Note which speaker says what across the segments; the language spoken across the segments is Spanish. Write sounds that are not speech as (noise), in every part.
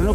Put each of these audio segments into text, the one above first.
Speaker 1: no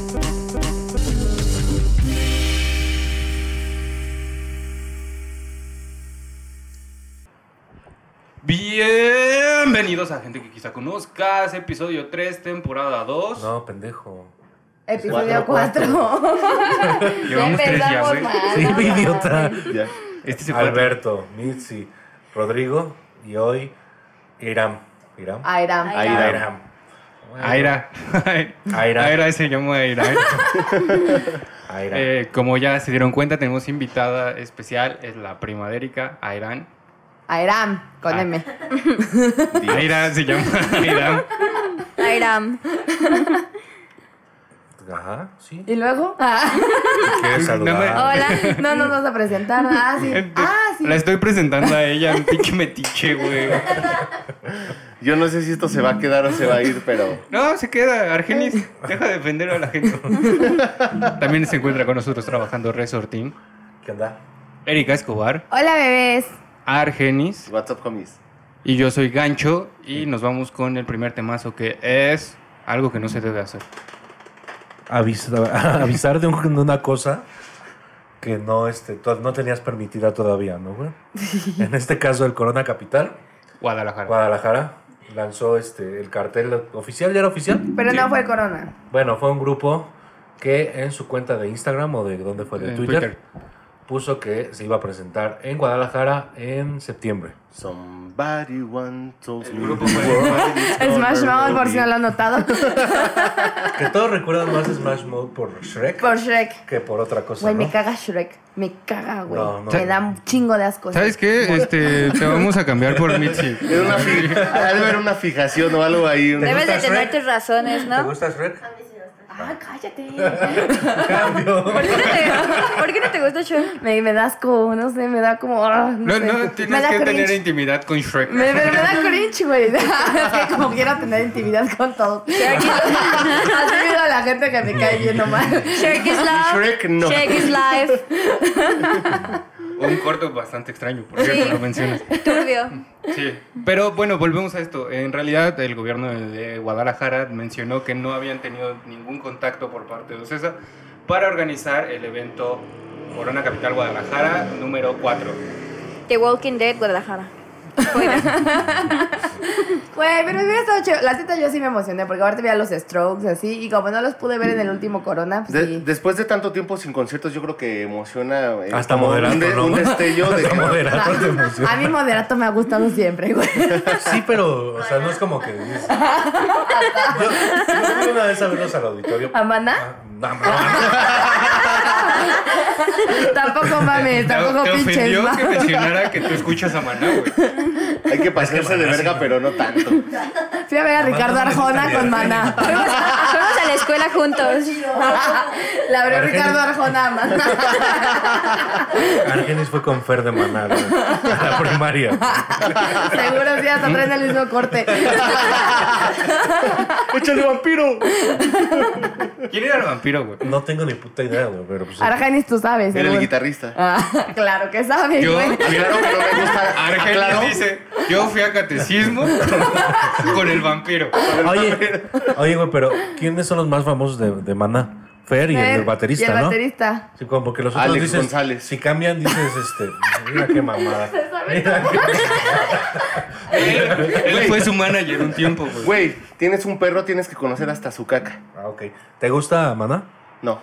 Speaker 2: Bienvenidos a gente que quizá conozcas, episodio 3, temporada 2.
Speaker 3: No, pendejo.
Speaker 4: Episodio
Speaker 3: Cuatro,
Speaker 4: 4.
Speaker 2: Llevamos tres ya, güey.
Speaker 3: Sí, (laughs) idiota.
Speaker 5: Ya.
Speaker 2: Este se fue.
Speaker 3: Alberto, Mitzi, Rodrigo y hoy Iram. Iram.
Speaker 4: Airam.
Speaker 5: Ahí
Speaker 3: Iram.
Speaker 5: era.
Speaker 2: Aira. (laughs)
Speaker 3: Aira.
Speaker 2: Aira se llama Aira.
Speaker 3: Airam.
Speaker 2: Eh, como ya se dieron cuenta, tenemos invitada especial, es la prima de Erika, Airan.
Speaker 4: Airam, con
Speaker 2: Ah.
Speaker 4: M.
Speaker 5: Dios.
Speaker 2: Aira se llama (laughs) Airan.
Speaker 6: Airam.
Speaker 3: Ajá, sí.
Speaker 4: ¿Y luego? Ah,
Speaker 3: ¿Quieres saludar?
Speaker 2: me-
Speaker 6: Hola.
Speaker 4: no nos vas a presentar. Ah, sí. Ah, sí.
Speaker 2: La estoy presentando a ella, un pinche metiche, güey.
Speaker 5: Yo no sé si esto se va a quedar o se va a ir, pero
Speaker 2: No, se queda, Argenis, deja de defender a la gente. También se encuentra con nosotros trabajando Resortín.
Speaker 3: ¿Qué onda?
Speaker 2: Erika Escobar,
Speaker 6: Hola, bebés.
Speaker 2: Argenis.
Speaker 5: WhatsApp homies.
Speaker 2: Y yo soy Gancho y nos vamos con el primer temazo que es algo que no se debe hacer.
Speaker 3: Avisa- (laughs) avisar de, un- de una cosa que no, este, to- no tenías permitida todavía, ¿no, güey? En este caso, el Corona Capital,
Speaker 2: Guadalajara.
Speaker 3: Guadalajara, lanzó este, el cartel oficial, ¿ya era oficial?
Speaker 4: Pero no fue Corona.
Speaker 3: Bueno, fue un grupo que en su cuenta de Instagram o de dónde fue, de
Speaker 2: En
Speaker 3: Twitter,
Speaker 2: Twitter.
Speaker 3: puso que se iba a presentar en Guadalajara en septiembre.
Speaker 5: Somebody once told
Speaker 2: El
Speaker 5: me
Speaker 2: grupo
Speaker 5: the
Speaker 2: fue-
Speaker 5: world is
Speaker 4: Smash
Speaker 5: gonna
Speaker 4: Mouth, por si no lo
Speaker 5: roll
Speaker 4: han notado.
Speaker 3: Que todos recuerdan más Smash Mode por Shrek
Speaker 4: Por Shrek.
Speaker 3: que por otra cosa,
Speaker 4: Güey,
Speaker 3: ¿no?
Speaker 4: me caga Shrek. Me caga, güey.
Speaker 3: No, no.
Speaker 4: Me da un chingo de asco.
Speaker 2: ¿Sabes qué? Este, te vamos a cambiar por
Speaker 4: (laughs)
Speaker 2: Mitzi.
Speaker 5: me. Era una fi- ha de haber una fijación o algo ahí. un-
Speaker 6: Debes de
Speaker 3: gusta
Speaker 6: tener
Speaker 3: Shrek?
Speaker 6: tus razones,
Speaker 3: ¿Te
Speaker 6: ¿no?
Speaker 3: gusta Shrek?
Speaker 4: Ah, cállate.
Speaker 3: Cambio.
Speaker 6: ¿Por qué no te, (laughs) por qué no te gusta Shrek?
Speaker 4: Me, me da asco, no sé, me da como. ah,
Speaker 2: No,
Speaker 4: sé.
Speaker 2: no,
Speaker 4: me
Speaker 2: tienes
Speaker 4: da
Speaker 2: que
Speaker 4: cringe.
Speaker 2: tener intimidad con Shrek.
Speaker 4: me, me- me
Speaker 6: (laughs)
Speaker 4: da cringe, güey. (laughs) es que como quiero tener intimidad con todo.
Speaker 6: (laughs) Shrek
Speaker 4: Has vivido a la gente que me cae bien nomás.
Speaker 6: is, Shrek is love.
Speaker 5: Shrek no.
Speaker 6: Shrek is life.
Speaker 2: Un corto bastante extraño, por cierto,
Speaker 6: Sí.
Speaker 2: lo mencionas.
Speaker 6: Turbio.
Speaker 2: Sí. Pero bueno, volvemos a esto. En realidad, el gobierno de- de Guadalajara mencionó que no habían tenido ningún contacto por parte de OCESA para organizar el evento Corona Capital Guadalajara número 4.
Speaker 6: The Walking Dead, Guadalajara.
Speaker 4: Güey, pero hubiera estado chido. La neta yo sí me emocioné porque ahorita veía los strokes así y como no los pude ver en el último corona, pues
Speaker 5: De-
Speaker 4: sí.
Speaker 5: Después de tanto tiempo sin conciertos, yo creo que emociona. eh,
Speaker 3: Hasta
Speaker 5: como
Speaker 3: moderato,
Speaker 5: un, de-
Speaker 3: ¿no?
Speaker 5: un destello de.
Speaker 3: (laughs) Hasta moderador te
Speaker 4: Ah, A
Speaker 3: emociona.
Speaker 4: mí moderato me ha gustado siempre, güey.
Speaker 3: Sí, pero, o sea, no es como que dices. Yo, yo fui una vez a verlos al auditorio.
Speaker 4: Amanda,
Speaker 3: Ah, no, no.
Speaker 4: tampoco mames, tampoco
Speaker 2: te
Speaker 4: pinches.
Speaker 2: ofendió
Speaker 4: ma-
Speaker 2: que mencionara que tú escuchas a Maná, güey.
Speaker 5: Hay que pasarse de verga, pero no tanto.
Speaker 4: Fui a ver a Ricardo
Speaker 3: no me gusta
Speaker 4: Arjona
Speaker 3: ni
Speaker 4: con
Speaker 3: Argenis.
Speaker 4: Maná.
Speaker 6: Fuimos fuimos a la escuela juntos.
Speaker 4: (laughs) La abrió
Speaker 3: Argenis.
Speaker 4: Ricardo Arjona, a Maná.
Speaker 3: Argenis fue con Fer de Maná, güey, a la primaria.
Speaker 4: (laughs) Seguro sí, hasta traen el mismo corte.
Speaker 5: ¡Échale vampiro!
Speaker 2: ¿Quién era el vampiro, güey?
Speaker 3: No tengo ni puta idea, güey, pero pues.
Speaker 4: Argenis, tú sabes.
Speaker 5: Era el
Speaker 4: seguro.
Speaker 5: guitarrista. Ah,
Speaker 4: Ah, (laughs) claro que sabes,
Speaker 2: Yo,
Speaker 4: güey.
Speaker 5: Claro que no me gusta.
Speaker 2: Argenis
Speaker 5: aclaro.
Speaker 2: dice, yo fui a catecismo con el vampiro.
Speaker 3: Oye, oye, güey, pero ¿quiénes son los más famosos de, de Maná? Fer y el,
Speaker 4: Fer,
Speaker 3: baterista,
Speaker 4: y el
Speaker 3: ¿no?
Speaker 4: baterista.
Speaker 3: Sí, como porque los otros
Speaker 5: Alex
Speaker 3: dices,
Speaker 5: González.
Speaker 3: si cambian, dices, este, mira qué (laughs) mamada. Mira qué-
Speaker 2: Él, él fue su manager un tiempo, güey.
Speaker 5: Güey, tienes un perro, tienes que conocer hasta su caca.
Speaker 3: Ah, ok. ¿Te gusta Maná?
Speaker 5: No.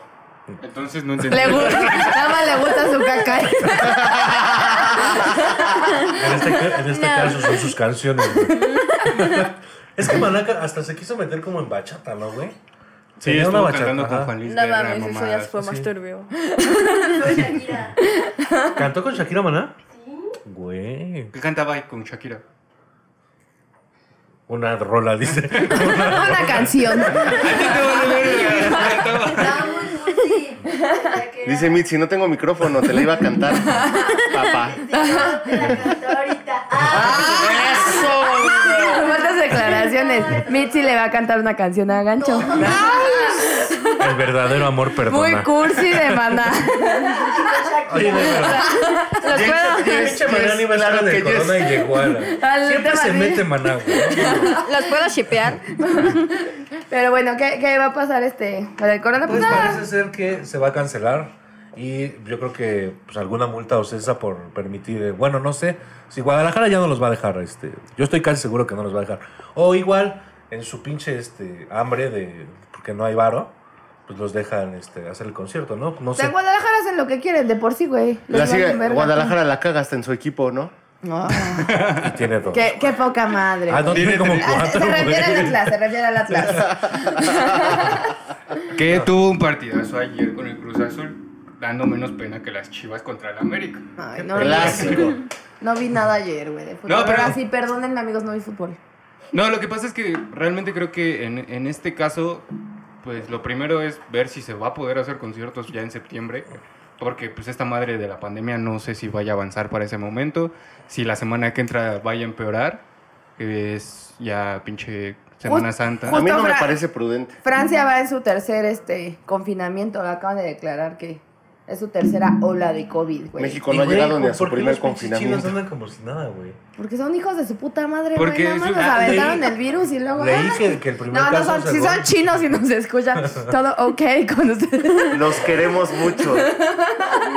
Speaker 2: Entonces no entendí.
Speaker 4: Le gusta, (laughs) nada más le gusta su caca. (laughs)
Speaker 3: En este, ca- en este
Speaker 6: No.
Speaker 3: caso son sus canciones, (laughs) güey. Es que Maná ca- hasta se quiso meter como en bachata, ¿no, güey?
Speaker 2: Sí,
Speaker 3: Tenía
Speaker 2: estuvo
Speaker 3: bachata,
Speaker 2: cantando
Speaker 3: ajá.
Speaker 2: con Juan Luis
Speaker 6: No
Speaker 2: Guerra,
Speaker 6: mames, eso ya
Speaker 2: mamadas.
Speaker 6: fue más
Speaker 3: sí.
Speaker 6: turbio.
Speaker 3: ¿Cantó con Shakira Maná? Sí. Güey.
Speaker 2: ¿Qué cantaba ahí con Shakira? (laughs)
Speaker 3: Una rola, dice. (laughs)
Speaker 4: Una canción.
Speaker 5: Dice Mitzi, no tengo micrófono, te la iba a cantar. Papá.
Speaker 7: Te la cantó ahorita. Ah,
Speaker 4: pues Entonces, Mitzi le va a cantar una canción a Gancho.
Speaker 3: El verdadero amor perdona.
Speaker 4: Muy cursi de maná.
Speaker 3: Oye, de verdad. (laughs)
Speaker 6: Los puedo,
Speaker 4: (laughs)
Speaker 5: Yes,
Speaker 3: Pinche Mariana
Speaker 5: yes,
Speaker 3: iba a estar
Speaker 5: claro
Speaker 3: en el
Speaker 5: que yes.
Speaker 3: corona y llegó a la-
Speaker 4: Al
Speaker 3: Siempre
Speaker 4: tema
Speaker 3: se
Speaker 4: Ah, de- Pues
Speaker 3: mete maná, güey.
Speaker 6: los puedo shipear.
Speaker 4: Pero bueno, ¿qué, qué va a pasar este? ¿Para el corona? Pues
Speaker 3: Pues
Speaker 4: nada.
Speaker 3: parece ser que se va a cancelar y yo creo que pues, alguna multa o cesa por permitir, eh, bueno, no sé, si Guadalajara ya no los va a dejar, este, yo estoy casi seguro que no los va a dejar. O igual en su pinche este hambre de porque no hay varo, pues los dejan este hacer el concierto, ¿no? No
Speaker 4: O sea,
Speaker 3: sé.
Speaker 4: en Guadalajara hacen lo que quieren, de por sí, güey. Les
Speaker 5: La
Speaker 4: vale
Speaker 5: sigue-
Speaker 4: verga. Ah.
Speaker 5: Guadalajara la caga hasta en su equipo, ¿no?
Speaker 4: No.
Speaker 3: Y tiene todo.
Speaker 4: Qué, qué poca madre.
Speaker 3: Ah, no tiene como
Speaker 4: Ah, (laughs) se
Speaker 3: cuatro.
Speaker 4: refiere al
Speaker 3: güey.
Speaker 4: Atlas, se refiere al Atlas.
Speaker 2: Que tuvo un partidazo ayer con el Cruz Azul, dando menos pena que las Chivas contra el América.
Speaker 4: Ay, no,
Speaker 5: Clásico.
Speaker 4: no vi nada ayer, güey, de fútbol.
Speaker 2: No, pero-
Speaker 4: Ahora sí, perdónenme, amigos, no vi fútbol.
Speaker 2: No, lo que pasa es que realmente creo que en, en este caso, pues lo primero es ver si se va a poder hacer conciertos ya en septiembre, porque pues esta madre de la pandemia no sé si vaya a avanzar para ese momento, si la semana que entra vaya a empeorar, que es ya pinche Semana
Speaker 4: Jus-
Speaker 2: Santa.
Speaker 5: A mí no me
Speaker 4: Fra-
Speaker 5: parece prudente.
Speaker 4: Francia va en su tercer este, confinamiento, lo acaban de declarar que es su tercera ola de COVID, güey.
Speaker 5: México no ha
Speaker 3: Y, güey,
Speaker 5: llegado ni a su
Speaker 3: ¿por qué los
Speaker 5: primer
Speaker 3: pinches chinos
Speaker 5: confinamiento.
Speaker 3: andan como si nada, güey.
Speaker 4: Porque son hijos de su puta madre,
Speaker 2: Porque
Speaker 4: güey. Nada más
Speaker 2: eso-
Speaker 4: nos
Speaker 3: Ah, leí-
Speaker 4: aventaron el virus y luego.
Speaker 3: Leí
Speaker 4: ah,
Speaker 3: que, que el primer
Speaker 4: No, no
Speaker 3: caso
Speaker 4: son,
Speaker 3: se
Speaker 4: si
Speaker 3: lo-
Speaker 4: son chinos y nos escuchan, todo ok con ustedes. (laughs)
Speaker 5: (laughs) Los queremos mucho.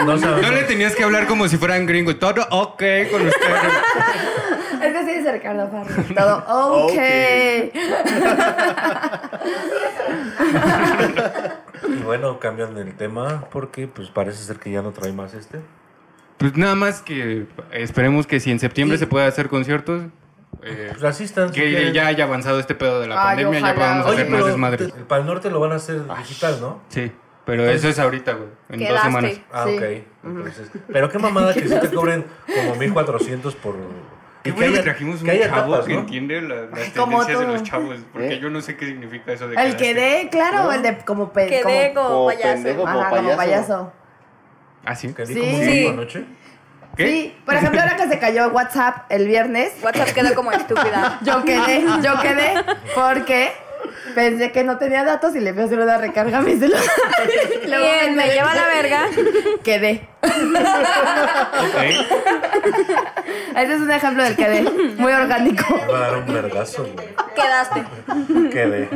Speaker 3: no sabemos.
Speaker 2: No le tenías que hablar como si fueran gringos, todo ok con ustedes.
Speaker 4: Es que sí dice Ricardo Farri. Todo ok.
Speaker 3: Y bueno, cambian el tema porque pues parece ser que ya no trae más este.
Speaker 2: Pues nada más que esperemos que si en septiembre
Speaker 4: Y-
Speaker 2: se pueda hacer conciertos, eh,
Speaker 3: Pues asistan. si
Speaker 2: que
Speaker 3: quieren.
Speaker 2: ya haya avanzado este pedo de la
Speaker 4: Ay,
Speaker 2: pandemia, ya
Speaker 4: ojalá.
Speaker 2: podamos
Speaker 3: Oye,
Speaker 2: hacer más
Speaker 3: pero
Speaker 2: desmadre.
Speaker 3: el Pal Norte lo van a hacer digital, ¿no?
Speaker 2: Sí, pero eso es ahorita, güey, en dos
Speaker 6: Quedaste.
Speaker 2: semanas.
Speaker 3: Ah,
Speaker 4: Sí.
Speaker 3: ok. Entonces, pero qué mamada que sí te cobren como 1400 por...
Speaker 2: Qué
Speaker 3: y
Speaker 2: bueno que
Speaker 3: haya-
Speaker 2: trajimos un
Speaker 3: haya
Speaker 2: chavo
Speaker 3: etapas,
Speaker 2: que
Speaker 3: ¿no?
Speaker 2: entiende la- las
Speaker 4: como
Speaker 2: tendencias de
Speaker 4: todo.
Speaker 2: los chavos, porque
Speaker 5: ¿Eh?
Speaker 2: yo no sé qué significa eso de
Speaker 4: El que
Speaker 2: quedaste.
Speaker 4: dé, claro, el de como pe-
Speaker 6: Quedé
Speaker 4: como-
Speaker 6: como
Speaker 5: Como
Speaker 6: payaso.
Speaker 5: pendejo.
Speaker 4: ajá, como
Speaker 5: payaso.
Speaker 4: payaso.
Speaker 2: Ah, sí.
Speaker 3: Que di
Speaker 4: Sí.
Speaker 3: como un
Speaker 6: Sí.
Speaker 3: domingo anoche.
Speaker 2: ¿Qué?
Speaker 4: Sí, por ejemplo, ahora que se cayó WhatsApp el viernes,
Speaker 6: WhatsApp quedó
Speaker 4: (laughs)
Speaker 6: como estúpida. (laughs)
Speaker 4: yo quedé, yo quedé, porque pensé que no tenía datos y le fui a hacer una recarga a mi celular. Y luego
Speaker 6: (laughs) Bien, me
Speaker 4: enteré
Speaker 6: lleva a la verga.
Speaker 4: que Quedé.
Speaker 2: Ok.
Speaker 4: Ese es un ejemplo del quedé, muy orgánico.
Speaker 3: Me va a dar un vergazo, güey.
Speaker 6: Quedaste.
Speaker 4: (laughs)
Speaker 3: Quedé.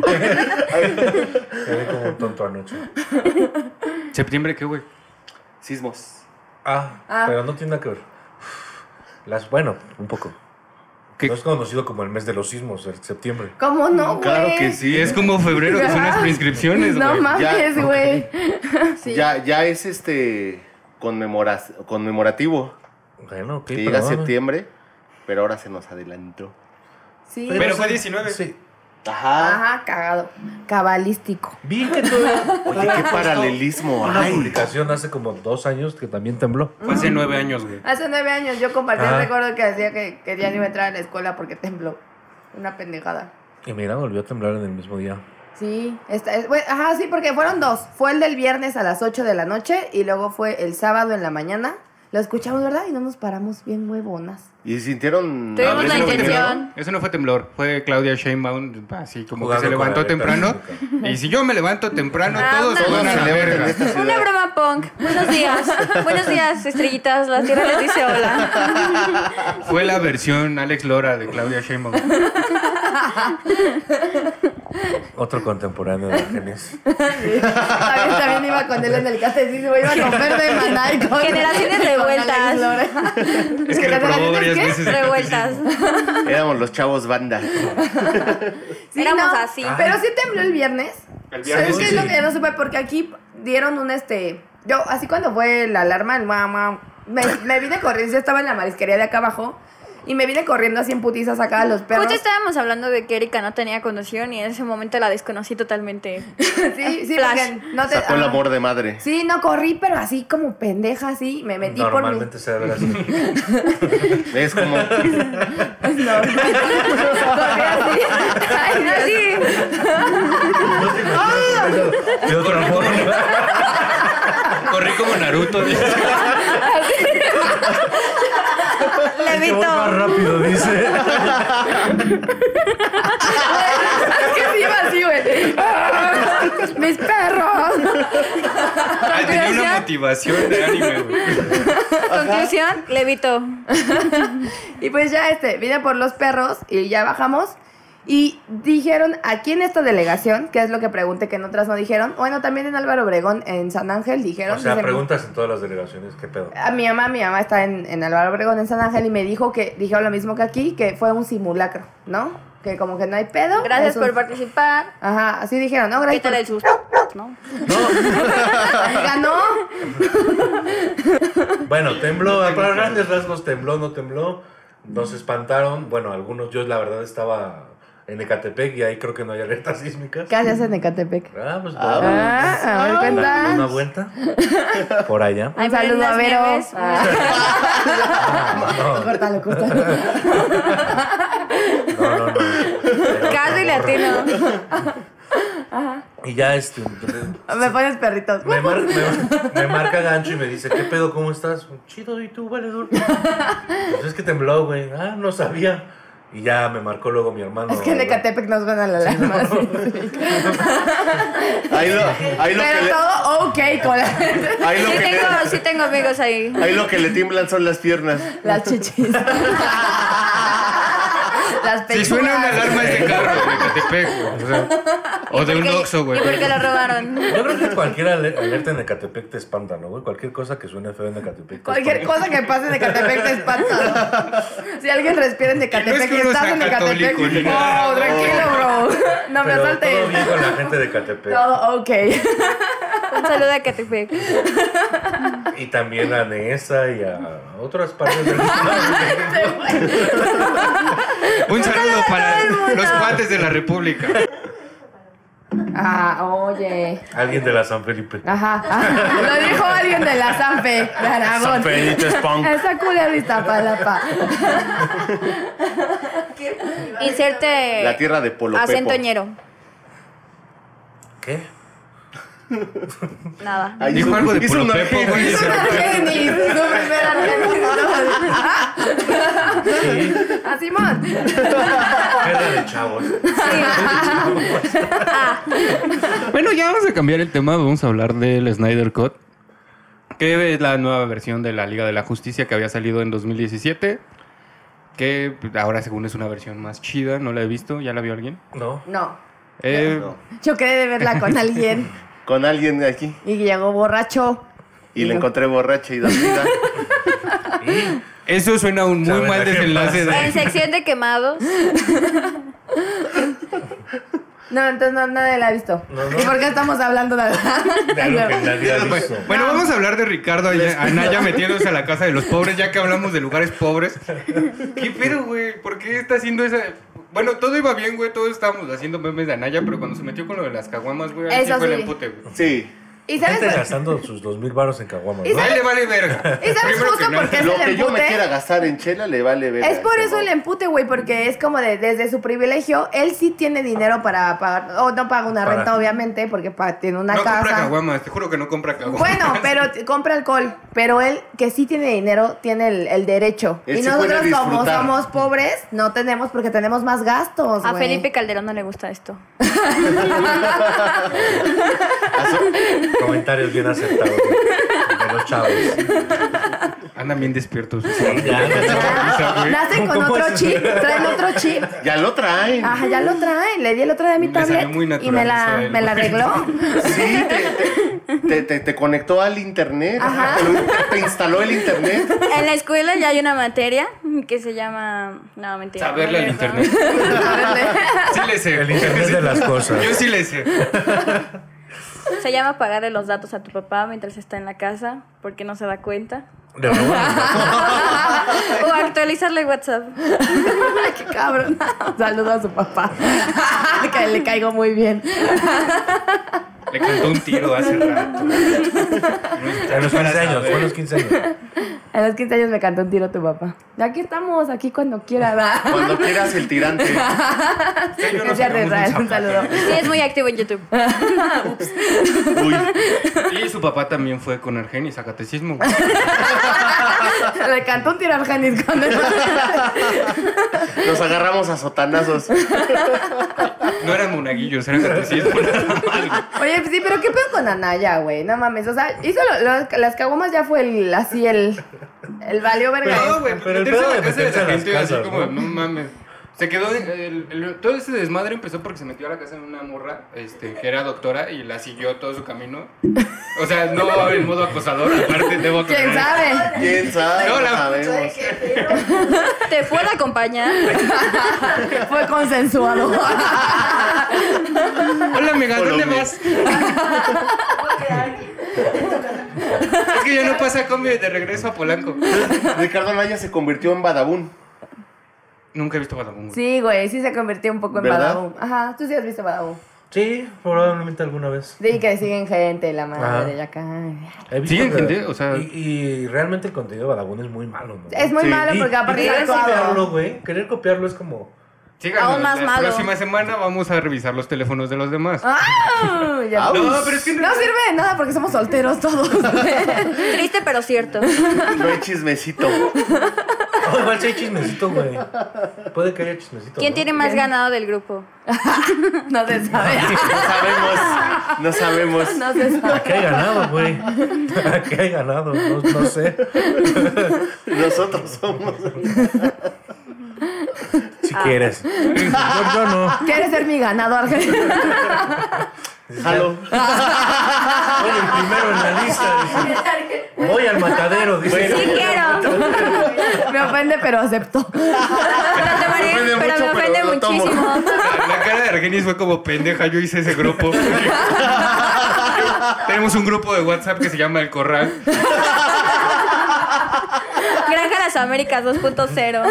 Speaker 3: Quedé como un tonto anoche.
Speaker 2: ¿Septiembre qué, güey?
Speaker 5: Sismos.
Speaker 3: Ah,
Speaker 4: Ah.
Speaker 3: pero no tiene nada que ver. Las, bueno, un poco.
Speaker 2: ¿Qué?
Speaker 3: No es conocido como el mes de los sismos, el septiembre.
Speaker 4: ¿Cómo no, güey?
Speaker 5: Claro que sí.
Speaker 2: Sí, es como febrero que son (laughs) las prescripciones,
Speaker 4: No
Speaker 2: güey.
Speaker 4: mames,
Speaker 5: Ya.
Speaker 4: güey.
Speaker 5: Ya, ya es este conmemoras- conmemorativo.
Speaker 3: Bueno, ok,
Speaker 5: que llega
Speaker 3: perdóname.
Speaker 5: septiembre, pero ahora se nos adelantó.
Speaker 4: Sí.
Speaker 2: Pero fue 19.
Speaker 3: Sí.
Speaker 5: Ajá.
Speaker 4: Ajá, cagado. Cabalístico.
Speaker 3: Vi que todo.
Speaker 5: (laughs) Oye, qué paralelismo.
Speaker 3: Una
Speaker 5: Ay,
Speaker 3: publicación hace como dos años que también tembló.
Speaker 2: Fue hace nueve años, güey.
Speaker 4: Hace nueve años yo compartí el
Speaker 3: Ah.
Speaker 4: recuerdo que decía que, que ya no iba a entrar a la escuela porque tembló. Una pendejada.
Speaker 3: Y mira, volvió a temblar en el mismo día.
Speaker 4: Sí, esta es- bueno, ajá, sí, porque fueron dos. Fue el del viernes a las 8 de la noche y luego fue el sábado en la mañana. Lo escuchamos, ¿verdad? Y no nos paramos bien huevonas.
Speaker 5: y sintieron.
Speaker 6: Tuvimos
Speaker 2: eso
Speaker 6: la
Speaker 2: no fue
Speaker 6: intención.
Speaker 2: temblor, Eso no fue temblor, fue Claudia Sheinbaum, así como
Speaker 3: Jugando
Speaker 2: que se
Speaker 3: con
Speaker 2: levantó
Speaker 3: la letra
Speaker 2: temprano.
Speaker 3: chica.
Speaker 2: Y si yo me levanto temprano, todos Ah, se
Speaker 6: Ándale.
Speaker 2: van a la verga.
Speaker 6: Una broma punk. Buenos días. Buenos días, estrellitas. La tierra les dice hola.
Speaker 2: Fue la versión Alex Lora de Claudia Sheinbaum. (laughs)
Speaker 3: Otro contemporáneo de Argenis.
Speaker 4: (laughs) también, también iba con él en el catecismo, iba a comer de maná y con-
Speaker 6: Generaciones
Speaker 4: con
Speaker 6: revueltas.
Speaker 4: Alex Lora.
Speaker 2: Es que reprobó
Speaker 4: ¿Generaciones
Speaker 2: varias
Speaker 4: qué?
Speaker 2: veces. el
Speaker 6: Revueltas.
Speaker 5: Éramos los chavos banda.
Speaker 4: Sí,
Speaker 6: Éramos
Speaker 4: no, Ah.
Speaker 6: así.
Speaker 4: Pero sí tembló el viernes.
Speaker 2: El viernes,
Speaker 4: Es que
Speaker 2: sí,
Speaker 4: es lo
Speaker 2: sí.
Speaker 4: que no supe porque aquí dieron un este. Yo, así cuando fue la alarma, el mamá.
Speaker 2: (laughs)
Speaker 4: Me, me vine corriendo, yo estaba en la marisquería de acá abajo. Y me vine corriendo así en putizas acá a los perros.
Speaker 6: Justo estábamos hablando de que Erika no tenía condición y en ese momento la desconocí totalmente.
Speaker 4: (laughs) sí, sí,
Speaker 6: Flash.
Speaker 4: porque no te.
Speaker 5: Sacó el
Speaker 4: ah,
Speaker 5: amor de madre.
Speaker 4: Sí, no corrí, pero así como pendeja, así. Me metí por mi. (laughs)
Speaker 3: Normalmente se debe así.
Speaker 5: Es como.
Speaker 4: Corrí
Speaker 2: (laughs)
Speaker 4: así. Ay, no, sí.
Speaker 3: De otra forma.
Speaker 2: Corrí como Naruto.
Speaker 3: (laughs)
Speaker 2: dice.
Speaker 3: Es que voy más rápido, dice.
Speaker 2: (laughs)
Speaker 4: (laughs) mis perros.
Speaker 2: Ah, tenía una
Speaker 6: Gracias.
Speaker 2: motivación de anime, güey.
Speaker 6: Conclusión, levito.
Speaker 4: Y pues ya este, vine por los perros y ya bajamos. Y dijeron aquí en esta delegación, que es lo que pregunté que en otras no dijeron. Bueno, también en Álvaro Obregón, en San Ángel dijeron.
Speaker 3: O sea,
Speaker 4: dicen-
Speaker 3: preguntas en todas las delegaciones, ¿qué pedo?
Speaker 4: A mi mamá, mi mamá está en, en Álvaro Obregón, en San Ángel, y me dijo que dijo lo mismo que aquí, que fue un simulacro, ¿no? Que como que no hay pedo. es
Speaker 6: Gracias
Speaker 4: un-
Speaker 6: por participar.
Speaker 4: Ajá, así dijeron, ¿no?
Speaker 6: ¿Qué
Speaker 4: Gracias.
Speaker 6: tal
Speaker 4: por-
Speaker 6: el susto? ¿No?
Speaker 4: Amiga, no.
Speaker 3: Bueno, tembló, para grandes rasgos tembló, no tembló. Nos espantaron. Bueno, algunos, yo la verdad estaba en Ecatepec y ahí creo que no hay alertas (laughs) sísmicas.
Speaker 4: ¿Qué haces en Ecatepec?
Speaker 3: Ah, pues
Speaker 5: Ah,
Speaker 3: dale
Speaker 4: Ah, a ver, cuenta.
Speaker 3: una vuelta
Speaker 4: (laughs)
Speaker 3: por allá.
Speaker 6: Ay,
Speaker 4: Un saludo
Speaker 6: Brenda
Speaker 4: a Vero. Ah.
Speaker 6: Nieves. (laughs)
Speaker 3: Ah,
Speaker 4: (laughs) Córtalo, córtalo.
Speaker 3: (laughs) No,
Speaker 4: (laughs)
Speaker 3: no, no. Pero,
Speaker 6: Casi
Speaker 3: por favor.
Speaker 6: latino.
Speaker 3: Y ya este
Speaker 4: Me pones perritos. (laughs)
Speaker 3: me, mar- me- me marca gancho y me dice, ¿qué pedo? ¿Cómo estás? Chido, ¿y tú,
Speaker 4: (laughs)
Speaker 3: valedor? Pues es que tembló, güey. Ah, no sabía. Y ya me marcó luego mi hermano.
Speaker 4: Es que en
Speaker 3: güey.
Speaker 4: Ecatepec nos van a la alarma.
Speaker 5: Ahí lo, ahí lo que
Speaker 4: Pero
Speaker 5: le,
Speaker 4: todo ok con la-
Speaker 5: ahí lo
Speaker 6: Sí
Speaker 4: (laughs)
Speaker 5: que le-
Speaker 6: tengo, sí tengo amigos ahí.
Speaker 5: ahí lo que le tiemblan son las piernas.
Speaker 4: las
Speaker 2: (laughs)
Speaker 4: chichis. las pechugas.
Speaker 2: Si suena una alarma es de carro, de Catepec, güey. O, sea, o
Speaker 6: (laughs)
Speaker 2: de un
Speaker 6: Porque-
Speaker 2: Oxxo, güey.
Speaker 6: ¿Y por qué lo robaron?
Speaker 3: Yo creo que cualquier ale- alerta en Ecatepec te espanta, ¿no, güey? Cualquier cosa que suene feo en Ecatepec. te
Speaker 4: Cualquier
Speaker 3: espanta.
Speaker 4: cosa que pase en Ecatepec te espanta. Si alguien respira en
Speaker 2: No es
Speaker 4: Ecatepec
Speaker 2: que
Speaker 4: y
Speaker 2: uno
Speaker 4: estás
Speaker 2: sea
Speaker 4: en Ecatepec.
Speaker 2: católico ni nada,
Speaker 4: No,
Speaker 2: no.
Speaker 4: (laughs) tranquilo, bro. No me
Speaker 3: Pero todo bien
Speaker 4: asaltes.
Speaker 3: con la gente de Ecatepec.
Speaker 4: Todo ok.
Speaker 6: Un saludo a Catepec.
Speaker 3: Y también a Nesa y a otras partes del mundo.
Speaker 2: Un saludo para los cuates de la República.
Speaker 4: Ah, oye.
Speaker 3: Alguien de la San Felipe.
Speaker 2: (laughs)
Speaker 4: Ajá. Lo dijo alguien de la Sanfe, de Aragón.
Speaker 5: San Benito es punk.
Speaker 4: Esa culia de Iztapalapa. Eh,
Speaker 6: Inserte
Speaker 5: La tierra de Polo Pepo.
Speaker 6: acentoñero.
Speaker 3: ¿Qué?
Speaker 6: Nada.
Speaker 5: Ahí
Speaker 2: Dijo
Speaker 5: hizo-
Speaker 2: algo de
Speaker 5: hizo
Speaker 2: Polo
Speaker 5: una
Speaker 2: Pepo,
Speaker 5: orgía.
Speaker 2: güey.
Speaker 4: Es una Argenis, su primera
Speaker 2: (laughs)
Speaker 4: Argenis. Ah, Simón.
Speaker 3: Guerra de chavos.
Speaker 2: Bueno, ya vamos a cambiar el tema. Vamos a hablar del Snyder Cut. Que es la nueva versión de la Liga de la Justicia que había salido en 2017. Que ahora, según es una versión más chida, no la he visto. ¿Ya la vio alguien?
Speaker 3: No.
Speaker 4: No,
Speaker 2: Eh,
Speaker 5: No.
Speaker 4: yo quedé de verla con alguien
Speaker 5: Con alguien de aquí.
Speaker 4: y llegó borracho.
Speaker 5: Y la encontré borracha y dormida.
Speaker 4: (laughs)
Speaker 2: Eso suena a un muy
Speaker 3: ¿Saben a
Speaker 2: mal
Speaker 3: qué
Speaker 2: desenlace.
Speaker 6: En
Speaker 2: De...
Speaker 6: sección de quemados.
Speaker 4: Pues, No, entonces no, nadie la ha visto.
Speaker 3: No, no.
Speaker 4: ¿Y por qué estamos hablando de
Speaker 3: De algo que
Speaker 4: la
Speaker 3: nadie ha visto.
Speaker 2: Bueno, vamos
Speaker 4: Ah.
Speaker 2: a hablar de Ricardo y
Speaker 4: (laughs)
Speaker 2: Anaya metiéndose a la casa de los pobres, ya que hablamos de lugares pobres.
Speaker 4: (laughs)
Speaker 2: ¿Qué pedo, güey? ¿Por qué está haciendo esa...? Bueno, todo iba bien, güey. Todos estábamos haciendo memes de Anaya, pero cuando se metió con lo de las caguamas, güey, ahí sí
Speaker 4: Eso
Speaker 2: fue el
Speaker 4: sí.
Speaker 2: empute, güey.
Speaker 5: Sí.
Speaker 4: ¿Y sabes,
Speaker 3: Gente
Speaker 4: por-
Speaker 3: gastando sus dos mil baros en caguamas. ¿no?
Speaker 2: Vale, vale, verga.
Speaker 4: (laughs) ¿y sabes
Speaker 2: Primero
Speaker 4: justo
Speaker 2: que
Speaker 4: por
Speaker 2: nada.
Speaker 4: qué es
Speaker 5: Lo
Speaker 4: el
Speaker 5: que yo me
Speaker 4: empute?
Speaker 5: quiera gastar en chela le vale ver.
Speaker 4: Es por eso el empute, güey, porque es como de, desde su privilegio, él sí tiene dinero para pagar, o no paga una
Speaker 3: Para-
Speaker 4: renta, obviamente, porque pa- tiene una
Speaker 2: No compra
Speaker 4: casa.
Speaker 2: caguamas, te juro que no compra caguamas. (laughs)
Speaker 4: Bueno, pero t- compra alcohol. Pero él, que sí tiene dinero, tiene el, el derecho.
Speaker 5: Él
Speaker 4: y
Speaker 5: sí
Speaker 4: nosotros,
Speaker 5: puede
Speaker 4: como
Speaker 5: disfrutar.
Speaker 4: somos pobres, no tenemos porque tenemos más gastos.
Speaker 6: A
Speaker 4: güey.
Speaker 6: Felipe Calderón no le gusta esto.
Speaker 3: Comentarios bien aceptados de los chavos.
Speaker 2: Andan bien despiertos.
Speaker 4: Nacen con
Speaker 3: ¿Cómo
Speaker 4: otro
Speaker 3: es?
Speaker 4: chip, traen otro chip.
Speaker 5: Ya lo traen.
Speaker 4: Ajá, ya lo traen. Le di el otro día mi
Speaker 2: Le salió
Speaker 4: tablet
Speaker 2: muy
Speaker 4: y me
Speaker 2: naturalizado
Speaker 4: la,
Speaker 2: el
Speaker 4: me la
Speaker 2: güey. (laughs)
Speaker 4: arregló.
Speaker 5: Sí, te, te- te- te conectó al internet.
Speaker 4: Ajá.
Speaker 5: Te, te instaló el internet.
Speaker 6: En la escuela ya hay una materia que se llama. No, mentira.
Speaker 2: Saberle al
Speaker 6: No,
Speaker 2: internet. Sí le sé.
Speaker 3: El internet de las cosas.
Speaker 2: Yo sí le sé.
Speaker 6: Se llama pagarle los datos a tu papá mientras está en la casa porque no se da
Speaker 4: (laughs)
Speaker 6: cuenta.
Speaker 3: Le robaron.
Speaker 6: o actualizarle WhatsApp.
Speaker 4: Ay, qué cabrón. Saludo a su papá. (laughs) que le caigo muy bien.
Speaker 2: Le cantó un tiro hace rato.
Speaker 3: A los 15 años, fue a los 15 años.
Speaker 4: A los 15 años me cantó un tiro tu papá. Aquí estamos, aquí cuando quiera. va.
Speaker 5: Cuando quieras el tirante.
Speaker 4: (laughs)
Speaker 2: Yo no
Speaker 4: Es de
Speaker 2: sacamos un
Speaker 4: Israel, un
Speaker 2: zapato.
Speaker 4: saludo.
Speaker 6: Sí, es muy activo en YouTube.
Speaker 2: (laughs)
Speaker 5: Uy.
Speaker 2: Y su papá también fue con Argenis a catecismo.
Speaker 4: (laughs) Le cantó un tiro a Argenis cuando...
Speaker 5: Nos agarramos a sotanazos.
Speaker 2: No eran monaguillos, eran (laughs) catecismo.
Speaker 4: (laughs) Oye, pues sí, pero ¿qué pedo con Anaya, güey? No mames, o sea, hizo lo- lo- las caguamas ya fue el, así el, el valió verga.
Speaker 2: No, güey,
Speaker 3: Pero el
Speaker 2: meterse
Speaker 3: pedo
Speaker 2: a la
Speaker 3: de
Speaker 2: casa de
Speaker 3: meterse
Speaker 2: la
Speaker 3: a las
Speaker 2: gente así
Speaker 3: casas,
Speaker 2: como,
Speaker 3: ¿no?
Speaker 2: no mames. Se quedó, en- el- el- todo ese desmadre empezó porque se metió a la casa de una morra este, que era doctora y la siguió todo su camino. O sea, no en modo acosador, aparte debo aclarar.
Speaker 4: ¿Quién sabe? (laughs)
Speaker 5: ¿Quién sabe?
Speaker 2: No,
Speaker 5: No,
Speaker 2: la-
Speaker 5: sabemos.
Speaker 6: ¿Te puedo acompañar?
Speaker 4: Fue (laughs) consensuado.
Speaker 2: Hola, amiga, ¿dónde
Speaker 5: Colombia.
Speaker 2: vas? Es que ya no pasa combi de regreso a Polanco.
Speaker 5: (laughs) Ricardo Anaya se convirtió en Badabun.
Speaker 2: Nunca he visto Badabun. güey.
Speaker 4: Sí, güey, sí se convirtió un poco en
Speaker 5: ¿Verdad?
Speaker 4: Badabú. Ajá, tú sí has visto Badabú.
Speaker 3: Sí, probablemente alguna vez.
Speaker 4: Sí, que siguen gente, la
Speaker 3: Ajá.
Speaker 4: madre, de acá.
Speaker 3: He visto
Speaker 2: Sí,
Speaker 3: que-
Speaker 2: gente, o sea-
Speaker 3: Y, y realmente el contenido de Badabun es muy malo, ¿no?
Speaker 4: Es muy
Speaker 5: Sí,
Speaker 4: malo
Speaker 3: Y-
Speaker 4: porque
Speaker 3: y
Speaker 4: aparte
Speaker 3: querer
Speaker 4: está
Speaker 3: copiarlo,
Speaker 4: actuado.
Speaker 3: güey. Querer copiarlo es como.
Speaker 2: Síganos,
Speaker 6: Aún más
Speaker 2: la
Speaker 6: malo.
Speaker 2: próxima semana vamos a revisar los teléfonos de los demás.
Speaker 4: ¡Ah! Ya-
Speaker 5: Au.
Speaker 2: No, pero es que en
Speaker 4: No sirve de nada porque somos solteros todos.
Speaker 2: (laughs)
Speaker 6: Triste pero cierto.
Speaker 5: No hay chismecito.
Speaker 3: No, "Oh, igual sí hay chismecito, güey. Puede que haya chismecito.
Speaker 6: ¿Quién
Speaker 3: ¿no?
Speaker 6: tiene más ganado del grupo?
Speaker 4: No se sabe.
Speaker 5: (laughs) No sabemos. No sabemos.
Speaker 4: No se sabe.
Speaker 3: ¿A qué hay ganado, güey? ¿A qué hay ganado? No, no sé.
Speaker 5: Nosotros somos.
Speaker 3: Si
Speaker 4: Ah.
Speaker 3: quieres. Yo, yo no.
Speaker 4: ¿Quieres ser mi
Speaker 2: (laughs)
Speaker 4: ganado, Argel?
Speaker 5: Jalo.
Speaker 3: Soy el primero en la lista. dice. Voy al matadero, dice.
Speaker 6: Sí quiero.
Speaker 4: Me ofende, pero acepto.
Speaker 6: Pero, te mareé,
Speaker 5: ofende
Speaker 6: pero me
Speaker 5: mucho,
Speaker 6: ofende
Speaker 5: pero lo tomo.
Speaker 6: muchísimo.
Speaker 2: La, la cara de Argenis fue como pendeja, yo hice ese
Speaker 6: (laughs)
Speaker 2: grupo. Tenemos un grupo de WhatsApp que se llama El Corral.
Speaker 6: Granja Las Américas 2.0.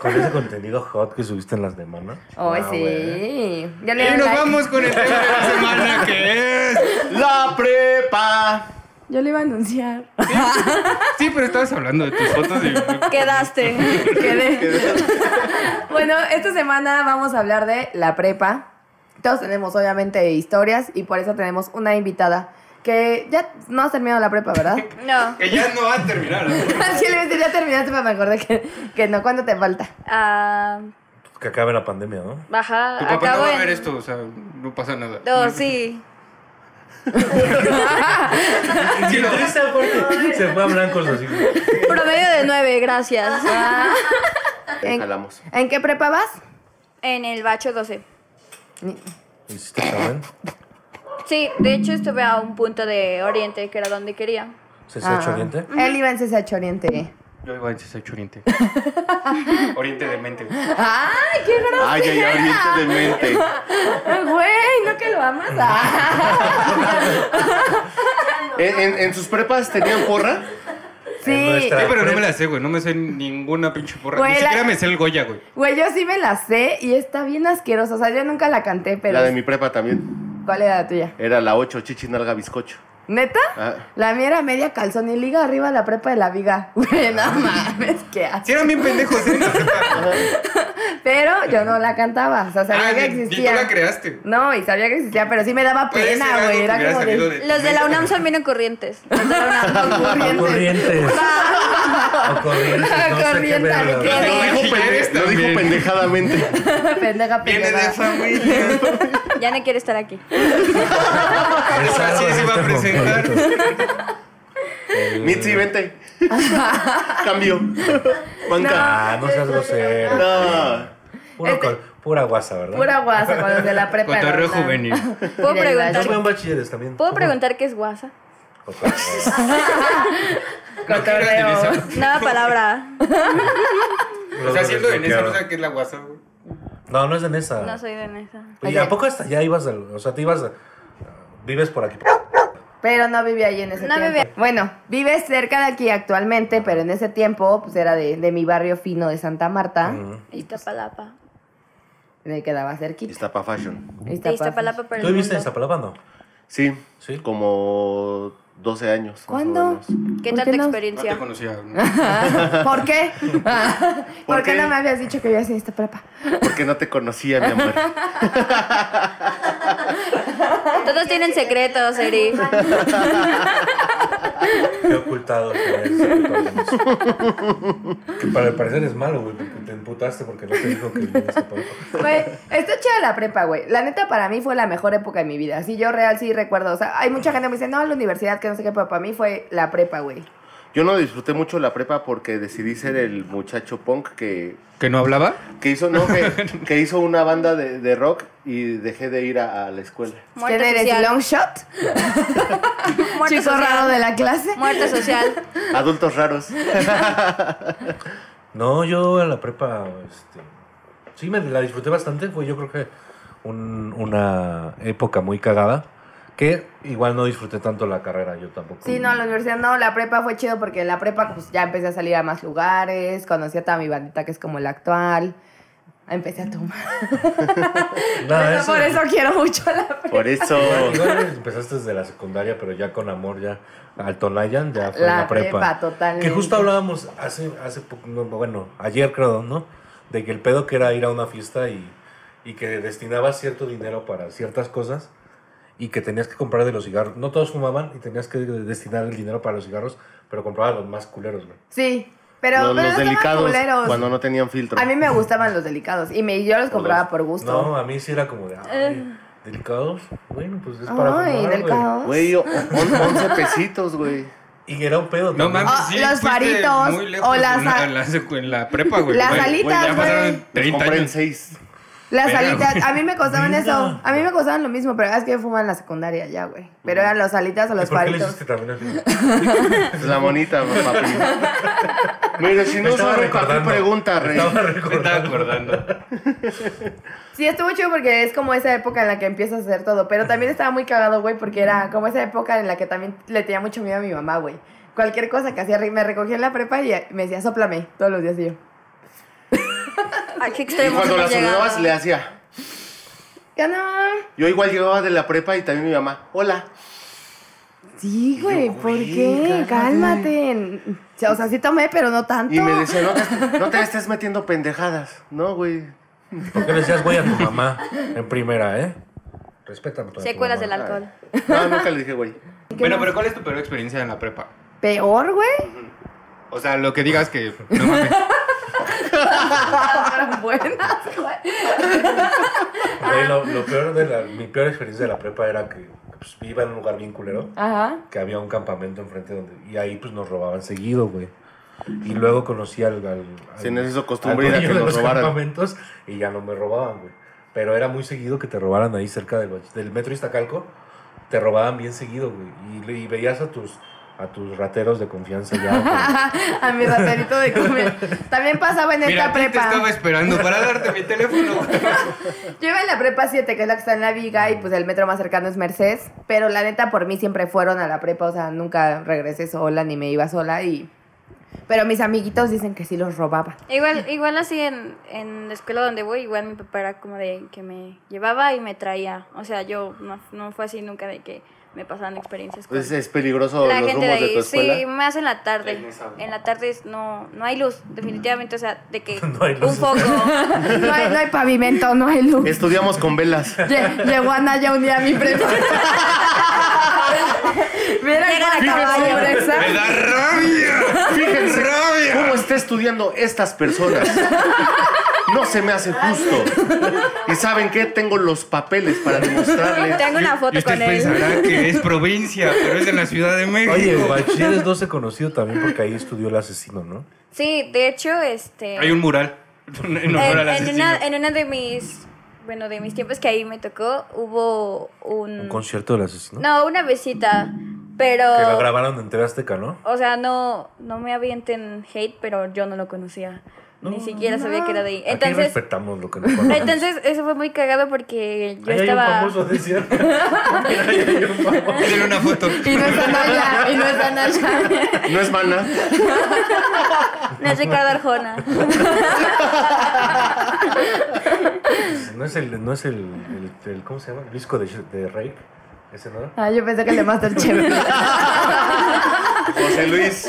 Speaker 3: Con ese contenido hot que subiste en las demás. Ah,
Speaker 4: Oh, sí. Ya le
Speaker 2: Ah, Y
Speaker 4: dieron
Speaker 2: nos
Speaker 4: like.
Speaker 2: vamos con el tema de la semana que es.
Speaker 5: La prepa.
Speaker 4: Yo le iba a anunciar.
Speaker 2: Sí, pero estabas hablando de tus fotos y.
Speaker 6: Quedaste.
Speaker 4: Quedé. bueno, esta semana vamos a hablar de la prepa. Todos tenemos, obviamente, historias y por eso tenemos una invitada que ya no has terminado la prepa,
Speaker 2: (laughs)
Speaker 4: ¿verdad?
Speaker 6: No.
Speaker 2: Que ya no va a terminar. ¿no?
Speaker 4: (laughs) Sí, le iba a decir, ya terminaste, pero me acordé que, que no. ¿Cuánto te falta?
Speaker 6: Ah,
Speaker 3: Que acabe la pandemia, ¿no?
Speaker 6: baja.
Speaker 2: Tu papá
Speaker 6: acabo
Speaker 2: no va a
Speaker 6: en-
Speaker 2: ver esto, o sea, no pasa nada.
Speaker 6: No, sí.
Speaker 2: (laughs) Sí, no.
Speaker 3: Triste porque se fue a blancos así.
Speaker 6: Promedio de
Speaker 5: (laughs)
Speaker 6: 9, gracias. Ah,
Speaker 5: Te
Speaker 4: ¿En,
Speaker 5: jalamos.
Speaker 4: ¿en qué prepa vas?
Speaker 6: En el bacho 12.
Speaker 3: ¿Hiciste examen?
Speaker 6: Sí, de hecho estuve a un punto de Oriente, que era donde quería.
Speaker 3: ¿Se se ha hecho
Speaker 4: Ah.
Speaker 3: oriente?
Speaker 4: Él iba en CCH Oriente.
Speaker 2: Yo iba a decir
Speaker 6: (laughs)
Speaker 2: Oriente. Oriente de mente.
Speaker 4: ¡Ay, qué grosera!
Speaker 5: Ay, ay, ay, oriente de mente.
Speaker 4: Güey, no que lo amas. Ah.
Speaker 5: ¿En, en- en sus prepas tenían porra?
Speaker 3: En
Speaker 4: Sí.
Speaker 3: nuestra-
Speaker 2: pero no me la sé, güey. No me sé ninguna pinche porra.
Speaker 4: Güey,
Speaker 2: Ni
Speaker 4: la-
Speaker 2: siquiera me sé el Goya, güey.
Speaker 4: Güey, yo sí me la sé y está bien asquerosa. O sea, yo nunca la canté, pero.
Speaker 5: La de mi prepa también.
Speaker 4: ¿Cuál era la tuya?
Speaker 5: Era la 8, chichi, nalga, bizcocho.
Speaker 4: ¿Neta?
Speaker 5: Ah,
Speaker 4: La mía era media calzón y liga arriba la prepa de la viga. (laughs) Güey,
Speaker 2: Ah.
Speaker 4: no mames, qué
Speaker 2: Si
Speaker 4: asco.
Speaker 2: eran bien pendejos,
Speaker 4: (laughs)
Speaker 2: ¿eh?
Speaker 4: Pero yo no la cantaba. O sea, sabía
Speaker 2: Ah,
Speaker 4: que
Speaker 2: ni- ni tú la
Speaker 4: existía.
Speaker 2: creaste.
Speaker 4: No, y sabía que existía, pero sí me daba
Speaker 2: Puede ser
Speaker 4: pena,
Speaker 2: algo
Speaker 4: güey.
Speaker 2: que
Speaker 4: Era
Speaker 2: hubiera
Speaker 4: como
Speaker 2: salido
Speaker 4: de. (laughs)
Speaker 2: de-
Speaker 6: Los de la UNAM son bien ocurrientes. Los de la
Speaker 2: (laughs)
Speaker 6: UNAM.
Speaker 3: Corrientes.
Speaker 4: Ah.
Speaker 3: O corrientes. No sé qué
Speaker 4: Corrientes,
Speaker 3: verga.
Speaker 4: ¿qué?
Speaker 5: Lo dijo, pende- lo dijo pendejadamente.
Speaker 4: Pendeja,
Speaker 2: Viene de
Speaker 4: pendeja. (laughs)
Speaker 2: familia.
Speaker 6: Ya no quiere estar aquí.
Speaker 3: El
Speaker 2: Ahora sí
Speaker 3: sábado
Speaker 2: se va a
Speaker 3: está
Speaker 2: presentar.
Speaker 3: completo.
Speaker 5: Mitzi, vente.
Speaker 4: (laughs)
Speaker 5: Cambio. Banca.
Speaker 3: Ah, no seas grosero.
Speaker 5: No.
Speaker 3: Puro
Speaker 4: Este-
Speaker 3: col- pura guasa, ¿verdad?
Speaker 4: Pura guasa con los de la prepa.
Speaker 2: Cotorreo
Speaker 4: ¿no?
Speaker 2: juvenil.
Speaker 6: ¿Puedo
Speaker 3: Yo fui
Speaker 4: Mira,
Speaker 3: a
Speaker 6: preguntar,
Speaker 3: un bachilleres también.
Speaker 6: ¿puedo preguntar qué es guasa?
Speaker 3: O sea,
Speaker 2: No quiero
Speaker 4: Cotorreo.
Speaker 2: utilizar.
Speaker 6: (laughs) Nueva palabra.
Speaker 2: O sea, siendo en esa, no
Speaker 3: desbloqueado.
Speaker 2: sé qué es la guasa, güey.
Speaker 3: No, no es de Nesa.
Speaker 6: No soy de esa.
Speaker 3: Oye, ¿a poco hasta allá ibas al- O sea, te ibas... a- Vives por aquí.
Speaker 4: Pero no vivía ahí en ese
Speaker 6: No
Speaker 4: tiempo.
Speaker 6: vivía.
Speaker 4: Bueno, vives cerca de aquí actualmente, pero en ese tiempo pues era de, de mi barrio fino de Santa Marta,
Speaker 6: pues, Iztapalapa.
Speaker 4: en el que quedaba cerquita.
Speaker 5: Iztapa Fashion.
Speaker 6: De Iztapalapa para
Speaker 3: ¿Tú
Speaker 6: el
Speaker 3: viviste en
Speaker 6: mundo.
Speaker 3: Iztapalapa, no?
Speaker 5: Sí.
Speaker 3: Sí.
Speaker 5: Como 12 años. más o
Speaker 4: ¿Cuándo?
Speaker 5: menos.
Speaker 6: ¿Qué
Speaker 4: ¿Por
Speaker 6: tal tu
Speaker 4: no?
Speaker 2: No te
Speaker 6: experiencia?
Speaker 2: conocía. ¿no?
Speaker 4: (laughs) ¿Por qué? ¿Por, qué
Speaker 5: qué?
Speaker 4: no me habías dicho que vivías en Iztapalapa?
Speaker 5: Porque no te conocía,
Speaker 4: (laughs)
Speaker 5: mi amor.
Speaker 6: (laughs) Todos tienen secretos, Eri.
Speaker 3: Qué ocultado que eres, ocultado. Que para el parecer es malo, güey, porque te emputaste porque no te dijo que viniste para acá.
Speaker 4: Güey, está chida la prepa, güey. La neta, para mí fue la mejor época de mi vida. Sí, yo real sí recuerdo. O sea, hay mucha gente que me dice, no, la universidad, que no sé qué, pero para mí fue la prepa, güey.
Speaker 5: Yo no disfruté mucho la prepa porque decidí ser el muchacho punk que,
Speaker 2: ¿Que no hablaba?
Speaker 5: que hizo, no, que,
Speaker 3: (laughs)
Speaker 5: que hizo una banda de, de rock y dejé de ir a, a la escuela.
Speaker 6: Muerte
Speaker 4: ¿Quién eres?
Speaker 6: social.
Speaker 4: ¿Long shot?
Speaker 6: Muerte
Speaker 4: ¿Chico
Speaker 6: social.
Speaker 4: raro de la clase?
Speaker 6: Muerte social. (laughs)
Speaker 5: Adultos raros.
Speaker 3: No, yo a la prepa, este, sí, me la disfruté bastante. Fue yo creo que un- una época muy cagada. Que igual no disfruté tanto la carrera, yo tampoco.
Speaker 4: Sí, no, la universidad no, la prepa fue chido porque en la prepa pues ya empecé a salir a más lugares, conocí a toda mi bandita que es como la actual, empecé a tomar.
Speaker 3: Nada, eso-
Speaker 4: por eso quiero mucho la prepa.
Speaker 5: Por eso.
Speaker 3: Igual empezaste desde la secundaria, pero ya con amor, ya al Tonayan, ya fue
Speaker 4: La
Speaker 3: Pues la, prepa.
Speaker 4: prepa, totalmente.
Speaker 3: Que justo hablábamos hace, hace poco, no, bueno, ayer creo, ¿no? De que el pedo que era ir a una fiesta y, y que destinabas cierto dinero para ciertas cosas y que tenías que comprar de los cigarros. No todos fumaban y tenías que destinar el dinero para los cigarros, pero comprabas los más culeros, güey.
Speaker 4: Sí, pero,
Speaker 5: los,
Speaker 4: pero
Speaker 5: los
Speaker 4: estaban
Speaker 5: delicados
Speaker 4: culeros.
Speaker 5: cuando no tenían filtro.
Speaker 4: A mí me gustaban los delicados y me, yo los compraba por
Speaker 3: No,
Speaker 4: gusto.
Speaker 3: a mí sí era como de, ay, delicados. Bueno, pues es para
Speaker 4: Eh. Ay,
Speaker 3: fumar, güey.
Speaker 4: delicados. (laughs)
Speaker 5: Güey, o- on- 11 pesitos, güey.
Speaker 3: Y era un pedo.
Speaker 2: No
Speaker 3: también.
Speaker 2: mames,
Speaker 4: Ah,
Speaker 2: sí,
Speaker 4: los
Speaker 2: fuiste
Speaker 4: faritos,
Speaker 2: muy lejos
Speaker 4: o las
Speaker 2: en la-
Speaker 4: a-
Speaker 2: en la, secu- en la prepa, güey.
Speaker 4: Las
Speaker 2: Güey,
Speaker 4: alitas,
Speaker 2: Ya pasaron
Speaker 4: güey.
Speaker 5: Los
Speaker 2: 30
Speaker 5: compré en
Speaker 2: años.
Speaker 5: 6.
Speaker 4: Las
Speaker 2: Verga,
Speaker 4: alitas, a mí me costaban
Speaker 3: Verga.
Speaker 4: eso, a mí me costaban lo mismo, pero es que yo fumaba en la secundaria ya, güey. Pero eran los alitas o
Speaker 3: ¿Y
Speaker 4: Ah, los
Speaker 3: ¿Por qué le
Speaker 4: palitos.
Speaker 3: hiciste también así?
Speaker 5: La monita, papi.
Speaker 4: (laughs)
Speaker 5: Mira, si
Speaker 3: Me
Speaker 5: no
Speaker 3: estaba
Speaker 5: sabes para
Speaker 3: recordando.
Speaker 5: qué pregunta,
Speaker 3: Me
Speaker 5: rey.
Speaker 3: estaba
Speaker 2: Me estaba
Speaker 3: recordando.
Speaker 2: acordando.
Speaker 4: Sí, estuvo chido porque es como esa época en la que empiezas a hacer todo, pero también estaba muy cagado, güey, porque era como esa época en la que también le tenía mucho miedo a mi mamá, güey. Cualquier cosa que hacía, re- me recogía en la prepa y me decía, soplame, todos los días y yo.
Speaker 6: ¿A qué
Speaker 5: Y
Speaker 6: extremos
Speaker 5: cuando
Speaker 6: hemos
Speaker 5: las sonabas
Speaker 6: llegado?
Speaker 5: le hacía.
Speaker 4: Ya no.
Speaker 5: Yo igual llegaba de la prepa y también mi mamá, hola.
Speaker 4: Sí, güey, ¿por
Speaker 5: güey,
Speaker 4: qué?
Speaker 5: cálmate.
Speaker 4: Cálmate. O sea, sí tomé, pero no tanto.
Speaker 5: Y me decía, no te, no te estés metiendo pendejadas. No, güey.
Speaker 3: ¿Por qué le decías güey a tu mamá en primera, eh? Respétame. toda tu
Speaker 6: Secuelas del
Speaker 3: mamá.
Speaker 6: alcohol.
Speaker 5: No, nunca le dije, güey.
Speaker 2: Bueno, pero ¿cuál es tu peor experiencia en la prepa?
Speaker 4: Peor, güey.
Speaker 2: O sea, lo que digas que. No mames.
Speaker 4: Fueron buenas, güey.
Speaker 3: Güey, lo, lo peor de la, mi peor experiencia de la prepa era que pues, iba en un lugar bien culero,
Speaker 4: Ajá.
Speaker 3: que había un campamento enfrente donde, y ahí pues nos robaban seguido, güey. Y luego conocí al... al, al-
Speaker 5: Se nos hizo costumbre
Speaker 3: al
Speaker 5: ir a
Speaker 3: dueño
Speaker 5: que
Speaker 3: de
Speaker 5: nos
Speaker 3: los
Speaker 5: robaran.
Speaker 3: campamentos y ya no me robaban, güey. Pero era muy seguido que te robaran ahí cerca del, bach- del metro Iztacalco, te robaban bien seguido, güey. Y, le- y veías a tus, a tus rateros de confianza ya. güey.
Speaker 4: (laughs) A mi raterito de comer. También pasaba en
Speaker 2: Mira,
Speaker 4: esta
Speaker 2: a ti te
Speaker 4: prepa.
Speaker 2: estaba esperando para darte mi teléfono, güey.
Speaker 4: Yo iba en la prepa 7, que es la que está en la viga, y pues el metro más cercano es Mercedes. Pero la neta, por mí siempre fueron a la prepa, o sea, nunca regresé sola ni me iba sola. y Pero mis amiguitos dicen que sí los robaban.
Speaker 6: Igual, igual así en, en la escuela donde voy, igual mi papá era como de que me llevaba y me traía. O sea, yo no, no fue así nunca de que me pasaban experiencias. con-
Speaker 5: Entonces es peligroso los rumos de, tu escuela.
Speaker 6: sí, más en la tarde.
Speaker 2: En esa-
Speaker 6: En la tarde es- no, no hay luz, definitivamente. O sea, de que
Speaker 3: (laughs) No hay
Speaker 6: un
Speaker 3: luz.
Speaker 6: foco.
Speaker 4: No hay, no hay pavimento, no hay luz.
Speaker 5: Estudiamos con velas.
Speaker 4: Lle- Llegó Anaya un día a mi prepa. Mira
Speaker 6: Llegan a
Speaker 4: cuánta
Speaker 6: caballo.
Speaker 4: pobreza.
Speaker 2: Me da rabia.
Speaker 5: Fíjense
Speaker 2: rabia.
Speaker 5: cómo está estudiando estas personas. No se me hace justo. ¿Y saben qué? Tengo los papeles para demostrarles.
Speaker 6: (laughs) Tengo una foto
Speaker 2: Y usted
Speaker 6: con él.
Speaker 2: pensará que es provincia, pero es en la Ciudad de México.
Speaker 3: Oye,
Speaker 6: (laughs)
Speaker 3: Bachilleres 12 conocido también porque ahí estudió el asesino, ¿no?
Speaker 6: Sí, de hecho, este.
Speaker 2: Hay un mural. En, honor al
Speaker 6: en, en
Speaker 2: asesino.
Speaker 6: una, en una de mis. Bueno, de mis tiempos que ahí me tocó, hubo un.
Speaker 3: Un concierto del asesino.
Speaker 6: Mm. no, una visita.
Speaker 3: Que lo
Speaker 6: Pero.
Speaker 3: grabaron en TV Azteca, ¿no?
Speaker 6: O sea, no, no me avienten hate, pero yo no lo conocía. Ni siquiera sabía que era de ahí.
Speaker 3: Aquí
Speaker 6: Entonces,
Speaker 3: respetamos lo que nos pasa.
Speaker 6: entonces eso fue muy cagado porque yo
Speaker 3: Ahí
Speaker 6: estaba.
Speaker 3: hay
Speaker 6: (laughs)
Speaker 3: un famoso, decía. Mira, ahí hay un famoso.
Speaker 2: Tiene una
Speaker 6: (laughs)
Speaker 2: foto.
Speaker 4: Y no es Anaya, y no es Anaya.
Speaker 5: No es mana.
Speaker 6: No es Ricardo Arjona.
Speaker 3: (laughs) No es el, no es el, el- el- ¿cómo se llama? El disco de, de Rake. Ese, ¿no?
Speaker 4: Ah, yo pensé que el
Speaker 3: (laughs)
Speaker 4: de Masterchef.
Speaker 5: José Luis.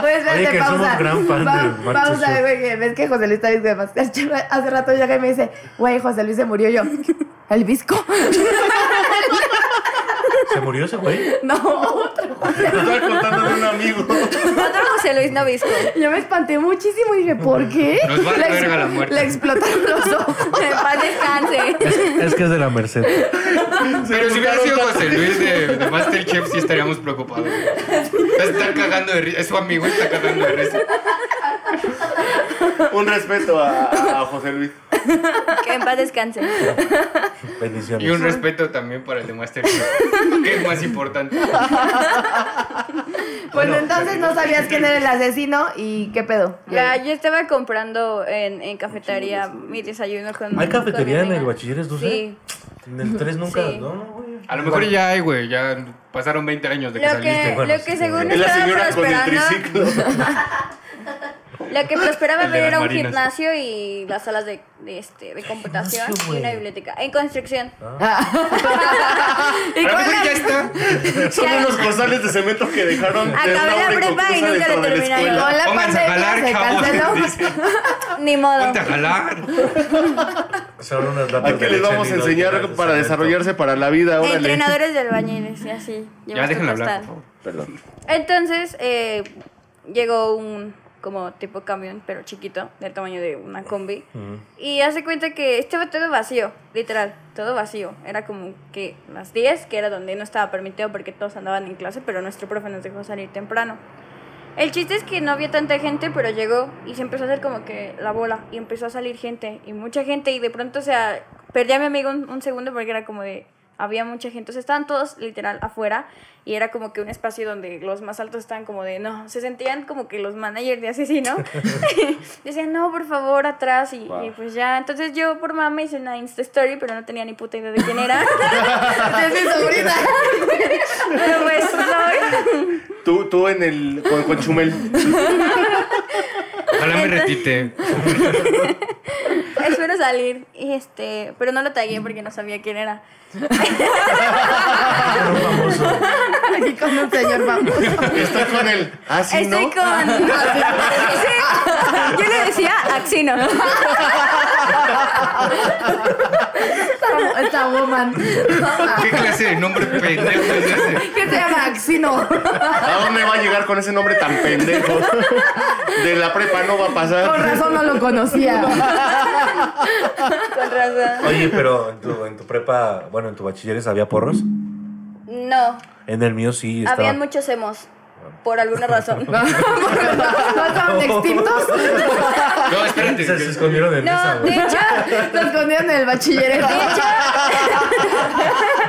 Speaker 4: Pues espérate,
Speaker 3: Oye, que
Speaker 4: pausa.
Speaker 3: somos gran fan
Speaker 4: Pa-
Speaker 3: de Marta
Speaker 4: pausa,
Speaker 3: Sue.
Speaker 4: güey, que ves que José Luis está disco de Masterchef. Hace rato llega y me dice, güey, José Luis se murió Y yo. ¿El visco?
Speaker 3: ¿Se murió ese güey?
Speaker 4: (laughs) No, otro.
Speaker 5: Lo estaba contando de un amigo.
Speaker 6: Otro José
Speaker 2: (laughs)
Speaker 6: Luis Novisco.
Speaker 4: Yo me espanté muchísimo y dije, ¿por qué?
Speaker 2: Nos vale
Speaker 4: Le ex-
Speaker 2: verga la muerte.
Speaker 4: Le explotaron los ojos.
Speaker 6: En paz descanse.
Speaker 3: Es que es de la Merced.
Speaker 2: Pero si hubiera sido José Luis de, de Masterchef, sí estaríamos preocupados. Está cagando de risa. Es su amigo, está cagando de risa.
Speaker 5: Un respeto a, a José Luis.
Speaker 6: Que en paz descanse.
Speaker 3: Bendiciones.
Speaker 2: Y un respeto también para el de Masterchef, que es más importante.
Speaker 4: Bueno, Pues, entonces no sabías quién era el asesino y qué pedo.
Speaker 6: Ya, yo estaba comprando en, en cafetería mi desayuno con.
Speaker 3: ¿Hay cafetería
Speaker 6: con
Speaker 3: en
Speaker 6: mi
Speaker 3: el
Speaker 6: amiga.
Speaker 3: Bachilleres 12?
Speaker 6: Sí.
Speaker 3: En el 3 nunca.
Speaker 6: Sí.
Speaker 3: No, no, güey.
Speaker 2: A lo mejor ya hay, güey. Ya pasaron 20 años de que
Speaker 6: Lo que,
Speaker 2: saliste.
Speaker 3: bueno,
Speaker 6: lo que
Speaker 3: sí.
Speaker 6: según
Speaker 5: Es la
Speaker 6: estaba
Speaker 5: señora con el
Speaker 6: prosperando,
Speaker 5: triciclo.
Speaker 6: (laughs) lo que prosperaba
Speaker 2: El de
Speaker 6: ver
Speaker 2: las
Speaker 6: era un
Speaker 2: marinas.
Speaker 6: gimnasio y las salas de, de, este, de computación
Speaker 3: Gimnasio,
Speaker 6: y una
Speaker 3: güey.
Speaker 6: biblioteca. En construcción.
Speaker 2: A lo mejor ya está.
Speaker 5: Son unos costales de cemento que dejaron. de
Speaker 6: Acabé
Speaker 5: una
Speaker 6: la
Speaker 5: obra
Speaker 6: prepa y
Speaker 5: inconclusa
Speaker 6: nunca
Speaker 5: dentro de la
Speaker 6: la terminé.
Speaker 5: escuela.
Speaker 4: Con la
Speaker 2: Pónganse a
Speaker 4: pandemia
Speaker 2: jalar,
Speaker 4: se canceló.
Speaker 2: cabos.
Speaker 4: (laughs)
Speaker 2: dice.
Speaker 6: Ni modo.
Speaker 2: Ponte a jalar.
Speaker 3: Son unas latas
Speaker 5: ¿A qué
Speaker 3: de
Speaker 5: les
Speaker 3: leche
Speaker 5: vamos a
Speaker 3: Nido llenas
Speaker 5: enseñar
Speaker 3: de
Speaker 5: para
Speaker 3: cemento.
Speaker 5: desarrollarse para la vida? Órale.
Speaker 6: Entrenadores de albañiles y así.
Speaker 2: Ya
Speaker 6: llevas tu
Speaker 2: déjenlo hablar, por
Speaker 6: costal.
Speaker 2: favor.
Speaker 5: Perdón.
Speaker 6: Entonces eh, llegó un como tipo camión, pero chiquito, del tamaño de una combi. Y hace cuenta que estaba todo vacío, literal, todo vacío. Era como que las 10, que era donde no estaba permitido porque todos andaban en clase, pero nuestro profe nos dejó salir temprano. El chiste es que no había tanta gente, pero llegó y se empezó a hacer como que la bola y empezó a salir gente y mucha gente y de pronto, o sea, perdí a mi amigo un, un segundo porque era como de, había mucha gente, o sea, estaban todos literal afuera y era como que un espacio donde los más altos estaban como de, no, se sentían como que los managers de asesino. (laughs) Decían, no, por favor, atrás y, y pues ya, entonces yo por mame hice una Insta Story, pero no tenía ni puta idea de quién era. (laughs)
Speaker 4: Es mi sobrina.
Speaker 6: pero pues, soy.
Speaker 5: Tú, tú en el. con, con Chumel.
Speaker 6: (laughs)
Speaker 2: Ojalá me retite.
Speaker 6: espero salir. Y este, pero no lo tagué porque no sabía quién
Speaker 4: (laughs)
Speaker 6: era.
Speaker 4: Aquí con un señor vamos.
Speaker 5: Está con el. Ah, sí,
Speaker 6: Estoy
Speaker 5: ¿no?
Speaker 6: con. (laughs) Sí. Yo le decía Axino.
Speaker 4: Esta, esta woman.
Speaker 2: ¿Qué clase de nombre pendejo es ese?
Speaker 4: ¿Qué se llama? Axino.
Speaker 5: ¿A dónde va a llegar con ese nombre tan pendejo? De la prepa no va a
Speaker 4: Con
Speaker 5: pasar.
Speaker 4: razón no lo
Speaker 2: (laughs)
Speaker 4: conocía.
Speaker 6: Con razón.
Speaker 3: Oye, pero en tu, en tu prepa, bueno, en tu bachilleres había porros.
Speaker 6: No,
Speaker 3: En el mío sí estaba.
Speaker 6: habían muchos hemos. Por alguna razón.
Speaker 4: ¿No estaban extintos?
Speaker 2: No,
Speaker 3: Se,
Speaker 2: espérate.
Speaker 3: se escondieron en mesa,
Speaker 6: No, de
Speaker 3: güey.
Speaker 6: hecho,
Speaker 4: Los escondieron en el bachillerato.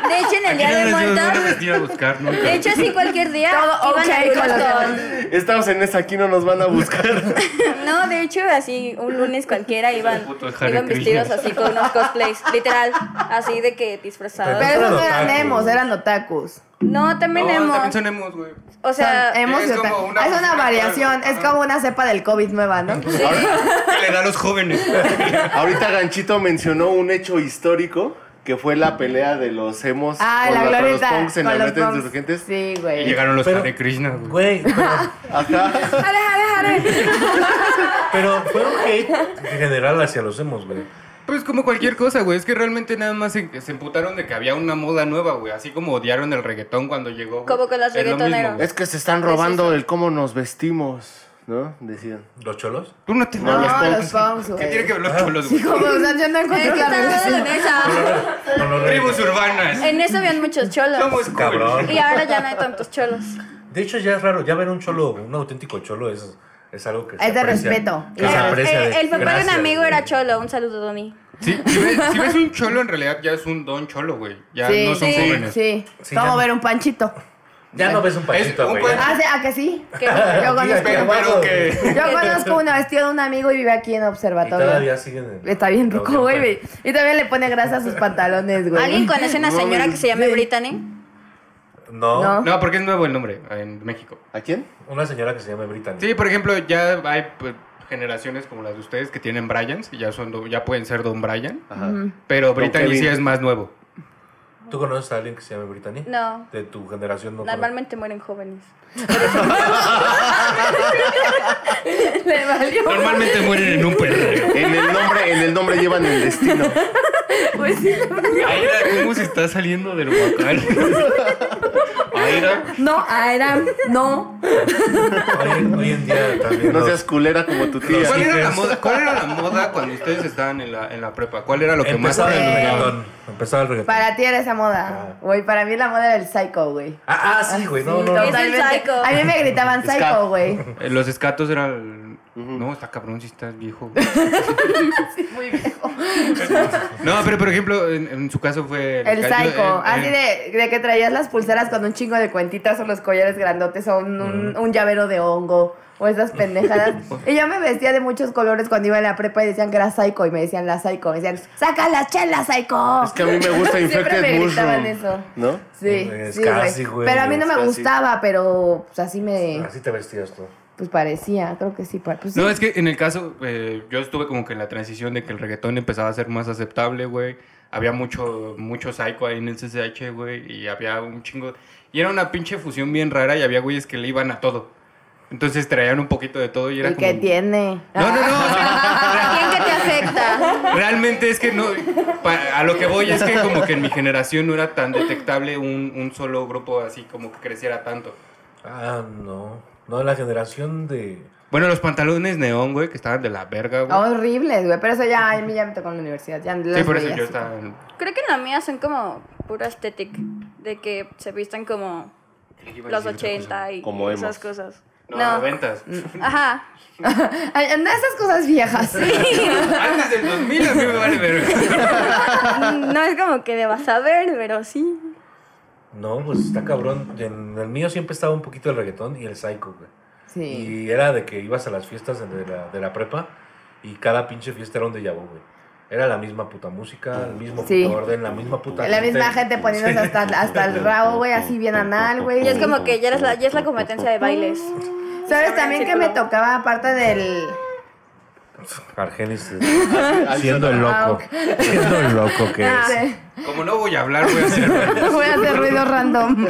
Speaker 6: de hecho en el
Speaker 2: Aquí
Speaker 6: día de
Speaker 2: no les dio- no les
Speaker 6: muertos.
Speaker 2: metí a buscar nunca.
Speaker 6: De hecho, sí, cualquier día
Speaker 4: Todo
Speaker 6: iban
Speaker 4: ok
Speaker 6: a
Speaker 4: con los
Speaker 6: todos.
Speaker 5: Estamos en esa, aquí no nos van a buscar.
Speaker 6: No, de hecho, así un lunes cualquiera iban,
Speaker 2: putos Hare
Speaker 6: iban vestidos así con unos cosplays. Literal, así de que disfrazados.
Speaker 4: Pero esos no eran
Speaker 3: Otaku.
Speaker 4: emos, eran otakus.
Speaker 6: No, también
Speaker 2: No,
Speaker 6: hemos.
Speaker 2: también son emos, güey.
Speaker 6: O sea,
Speaker 4: Son emos
Speaker 2: es
Speaker 4: y
Speaker 2: como
Speaker 4: otaku.
Speaker 2: una-
Speaker 4: Es una variación, es como una cepa del COVID nueva, ¿no?
Speaker 2: Que le da a los jóvenes.
Speaker 5: Ahorita Ganchito mencionó un hecho histórico que fue la pelea de los hemos
Speaker 4: Ah,
Speaker 5: con
Speaker 4: la
Speaker 5: la- con
Speaker 4: glorieta.
Speaker 5: los punks en
Speaker 4: con
Speaker 5: la
Speaker 4: los
Speaker 5: glorieta
Speaker 4: punks.
Speaker 5: insurgentes.
Speaker 4: Sí,
Speaker 2: Y
Speaker 4: güey.
Speaker 2: llegaron los
Speaker 3: Pero-
Speaker 2: Hare Krishna, güey.
Speaker 3: Güey, pero,
Speaker 5: Ajá.
Speaker 4: Jale, jale, jale.
Speaker 3: pero fue un hate en general hacia los hemos, güey.
Speaker 2: Pues como cualquier cosa, güey. Es que realmente nada más se, se emputaron de que había una moda nueva, güey. Así como odiaron el reggaetón cuando llegó. güey.
Speaker 6: Como que los
Speaker 2: Es lo mismo,
Speaker 6: reggaetoneros.
Speaker 2: güey.
Speaker 5: (laughs) Es que se están robando el cómo nos vestimos, ¿no? Decían.
Speaker 3: ¿Los cholos?
Speaker 2: Tú no te
Speaker 5: No, los
Speaker 4: No,
Speaker 5: punks.
Speaker 4: los punks,
Speaker 2: ¿Qué tiene
Speaker 4: güey.
Speaker 2: que ver los cholos, güey?
Speaker 4: Como, o sea, yo no
Speaker 6: Es
Speaker 4: encuentro
Speaker 6: que
Speaker 4: la
Speaker 6: está todo en
Speaker 4: relación.
Speaker 6: esa.
Speaker 3: Con los
Speaker 2: Tribus
Speaker 3: reyes.
Speaker 6: (laughs)
Speaker 2: urbanas.
Speaker 6: En eso habían muchos cholos.
Speaker 2: Somos cool.
Speaker 3: Cabrón.
Speaker 6: Y ahora ya no hay tantos cholos.
Speaker 3: De hecho, ya es raro. Ya ver un cholo, un auténtico cholo, es, es algo que se
Speaker 4: Es de
Speaker 3: aprecia.
Speaker 4: respeto.
Speaker 3: Que se
Speaker 4: Claro.
Speaker 3: aprecia
Speaker 6: Eh,
Speaker 3: de-
Speaker 6: el papá de un
Speaker 3: gracias,
Speaker 6: amigo
Speaker 3: güey.
Speaker 6: era cholo. Un saludo, Donny.
Speaker 2: Sí, si, ves, si ves un cholo, en realidad ya es un don cholo, güey. Ya
Speaker 4: Sí,
Speaker 2: no son
Speaker 4: sí,
Speaker 2: jóvenes.
Speaker 4: sí.
Speaker 3: Sí,
Speaker 4: Como
Speaker 3: ya.
Speaker 4: ver un panchito.
Speaker 3: Ya no ves un
Speaker 2: Es
Speaker 3: pachito,
Speaker 2: un
Speaker 3: güey.
Speaker 2: pan-
Speaker 4: Ah, sí, ¿a
Speaker 2: (laughs)
Speaker 4: que sí?
Speaker 6: Que-
Speaker 4: Yo conozco,
Speaker 2: Pero, pero que...
Speaker 4: yo conozco uno vestido de un amigo y vive aquí en
Speaker 3: Y
Speaker 4: observatorio.
Speaker 3: todavía siguen. en-
Speaker 4: Ah, Está bien rico,
Speaker 3: todavía
Speaker 4: güey.
Speaker 3: en-
Speaker 4: güey. Y también le pone grasa a sus pantalones, güey.
Speaker 6: ¿Alguien conoce una señora que se llame Brittany?
Speaker 3: No,
Speaker 4: No.
Speaker 2: (laughs) No, porque es nuevo el nombre en México.
Speaker 5: ¿A quién?
Speaker 3: una señora que se llama Brittany.
Speaker 2: Sí, por ejemplo, ya hay pues, generaciones como las de ustedes que tienen Bryans y ya, son, do- ya pueden ser Don Brian.
Speaker 5: Ajá.
Speaker 2: Pero
Speaker 5: Don
Speaker 2: Brittany sí
Speaker 5: Kevin.
Speaker 2: es más nuevo.
Speaker 3: ¿Tú conoces a alguien que se llama Brittany?
Speaker 6: No.
Speaker 3: De tu generación, no.
Speaker 6: Normalmente mueren (laughs) jóvenes.
Speaker 4: Le valió.
Speaker 2: Normalmente mueren en un perro.
Speaker 4: (laughs)
Speaker 5: En el nombre, en el nombre llevan el destino.
Speaker 4: Pues sí.
Speaker 2: Aira, ¿cómo se está saliendo del vocal? Aira,
Speaker 4: No, era no.
Speaker 3: Hoy, hoy en día también.
Speaker 5: No
Speaker 3: los-
Speaker 5: seas culera como tu tía.
Speaker 2: ¿cuál era la moda, cuál era la moda cuando ustedes estaban en la, en la prepa? ¿Cuál era lo que más
Speaker 3: empezaba
Speaker 4: hace-
Speaker 3: el
Speaker 4: Eh.
Speaker 3: reggaetón. Empezaba el reggaetón.
Speaker 4: Para ti era esa moda. Güey, para mí la moda era el psycho, güey.
Speaker 3: Ah, ah, sí, güey. No,
Speaker 4: Sí,
Speaker 3: no.
Speaker 6: Es el psycho.
Speaker 4: A mí me gritaban
Speaker 5: Escape.
Speaker 4: psycho, güey.
Speaker 2: Eh, Los escatos eran... No, está cabrón si estás viejo.
Speaker 4: Muy viejo.
Speaker 2: No, pero por ejemplo, en, en su caso fue...
Speaker 4: El
Speaker 2: yo- eh,
Speaker 4: psycho.
Speaker 2: eh,
Speaker 4: Así de, de que traías las pulseras con un chingo de cuentitas o los collares grandotes o un, un- un llavero de hongo o esas pendejadas. y yo me vestía de muchos colores cuando iba a la prepa y decían que era psycho y me decían la psycho. Me decían, saca las chelas, psycho.
Speaker 5: Es que a mí me gusta
Speaker 4: Siempre me
Speaker 5: Infected
Speaker 4: gritaban
Speaker 5: Mushroom.
Speaker 4: eso.
Speaker 5: ¿No?
Speaker 4: Sí,
Speaker 3: Es
Speaker 4: sí, güey.
Speaker 3: casi, güey,
Speaker 4: Pero a mí no
Speaker 3: es
Speaker 4: me
Speaker 5: casi.
Speaker 4: gustaba, pero pues así me,
Speaker 3: Así te vestías tú.
Speaker 4: pues parecía, creo que sí. pa- Pues, sí.
Speaker 2: No, es que en el caso, eh, yo estuve como que en la transición de que el reggaetón empezaba a ser más aceptable, güey. Había mucho, mucho psycho ahí en el CCH, güey, y había un chingo... Y era una pinche fusión bien rara y había güeyes que le iban a todo. Entonces traían un poquito de todo y era
Speaker 4: ¿Y
Speaker 2: como...
Speaker 4: qué tiene?
Speaker 2: No, no, no. o sea,
Speaker 6: ¿Quién que te afecta?
Speaker 2: Realmente es que no. pa- a lo que voy es que, como que en mi generación no era tan detectable un, un solo grupo así como que creciera tanto.
Speaker 3: Ah, no. No, la generación de.
Speaker 2: Bueno, los pantalones neón, güey, que estaban de la verga, güey.
Speaker 4: Horribles, Ah, güey. Pero eso ya, a mí ya me tocó en la universidad. Ya
Speaker 2: sí, por eso yo estaba. en-
Speaker 6: Creo que en la mía son como pura estética, de que se vistan como
Speaker 2: iba a
Speaker 6: los
Speaker 2: decir otra
Speaker 6: 80 y
Speaker 5: Como
Speaker 6: esas
Speaker 5: emos.
Speaker 6: cosas.
Speaker 2: No, noventas.
Speaker 6: Ajá. (laughs)
Speaker 4: Anda esas cosas
Speaker 3: (laughs)
Speaker 4: viejas.
Speaker 2: Antes del 2000 a mí me vale verga.
Speaker 6: No es como que debas saber, pero sí.
Speaker 3: No, pues está cabrón. En el mío siempre estaba un poquito el reggaetón y el psycho, güey.
Speaker 4: Sí.
Speaker 3: Y era de que ibas a las fiestas de la, de la prepa y cada pinche fiesta era un déjà vu, güey. Era la misma puta música, el mismo
Speaker 4: Sí.
Speaker 3: puto orden, la misma puta
Speaker 4: La misma gente poniéndose hasta,
Speaker 3: (laughs)
Speaker 4: hasta el rabo, güey, así bien anal, güey.
Speaker 6: Y es como que ya, eres la, ya es la competencia de bailes.
Speaker 4: ¿Sabes también que me tocaba, aparte del... (laughs)
Speaker 3: Argenis eh,
Speaker 5: al
Speaker 3: siendo el
Speaker 4: Ah,
Speaker 3: loco. Siendo el loco que
Speaker 4: Ah,
Speaker 3: es.
Speaker 4: sí.
Speaker 2: Como no voy a hablar, voy a hacer.
Speaker 4: (laughs) Voy a hacer ruido
Speaker 3: (laughs)
Speaker 4: random.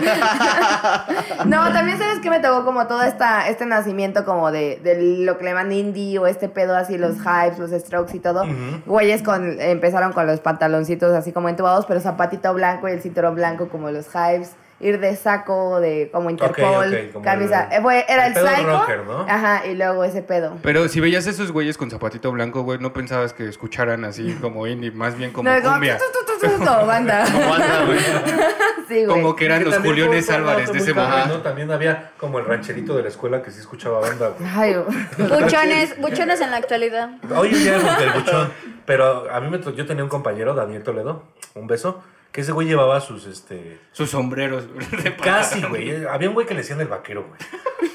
Speaker 4: no, también sabes que me tocó como todo esta, este nacimiento como de, de lo que le llaman indie o este pedo así, los hypes, los strokes y todo. Güeyes con, empezaron con los pantaloncitos así como entubados, pero zapatito blanco y el cinturón blanco como los hypes. Ir de saco, de como Interpol,
Speaker 3: ok, como
Speaker 4: camisa.
Speaker 3: el-
Speaker 4: Eh, güey, era
Speaker 3: el
Speaker 4: el,
Speaker 3: pedo
Speaker 4: psycho.
Speaker 3: rocker, ¿no?
Speaker 4: Ajá, y luego ese pedo.
Speaker 2: Pero si veías esos güeyes con zapatito blanco, güey, no pensabas que escucharan así como indie, más bien como
Speaker 4: No, como
Speaker 2: cumbia.
Speaker 4: tu, tu, tu, tu, tu,
Speaker 2: (laughs)
Speaker 4: tu, banda.
Speaker 5: Como
Speaker 4: (laughs)
Speaker 5: anda, güey.
Speaker 4: Sí, güey.
Speaker 2: Como que eran los Juliones Álvarez de ese
Speaker 3: Ajá.
Speaker 2: momento.
Speaker 3: ¿no? También había como el rancherito de la escuela que sí escuchaba banda, güey.
Speaker 4: Ay, güey.
Speaker 6: Buchones, buchones en la actualidad.
Speaker 3: Hoy en día es del buchón. Pero a mí me to- yo tenía un compañero, Daniel Toledo, un beso, que ese güey llevaba sus este
Speaker 2: Sus sombreros. de paja.
Speaker 3: Casi, güey. Había un güey que le decían el vaquero, güey.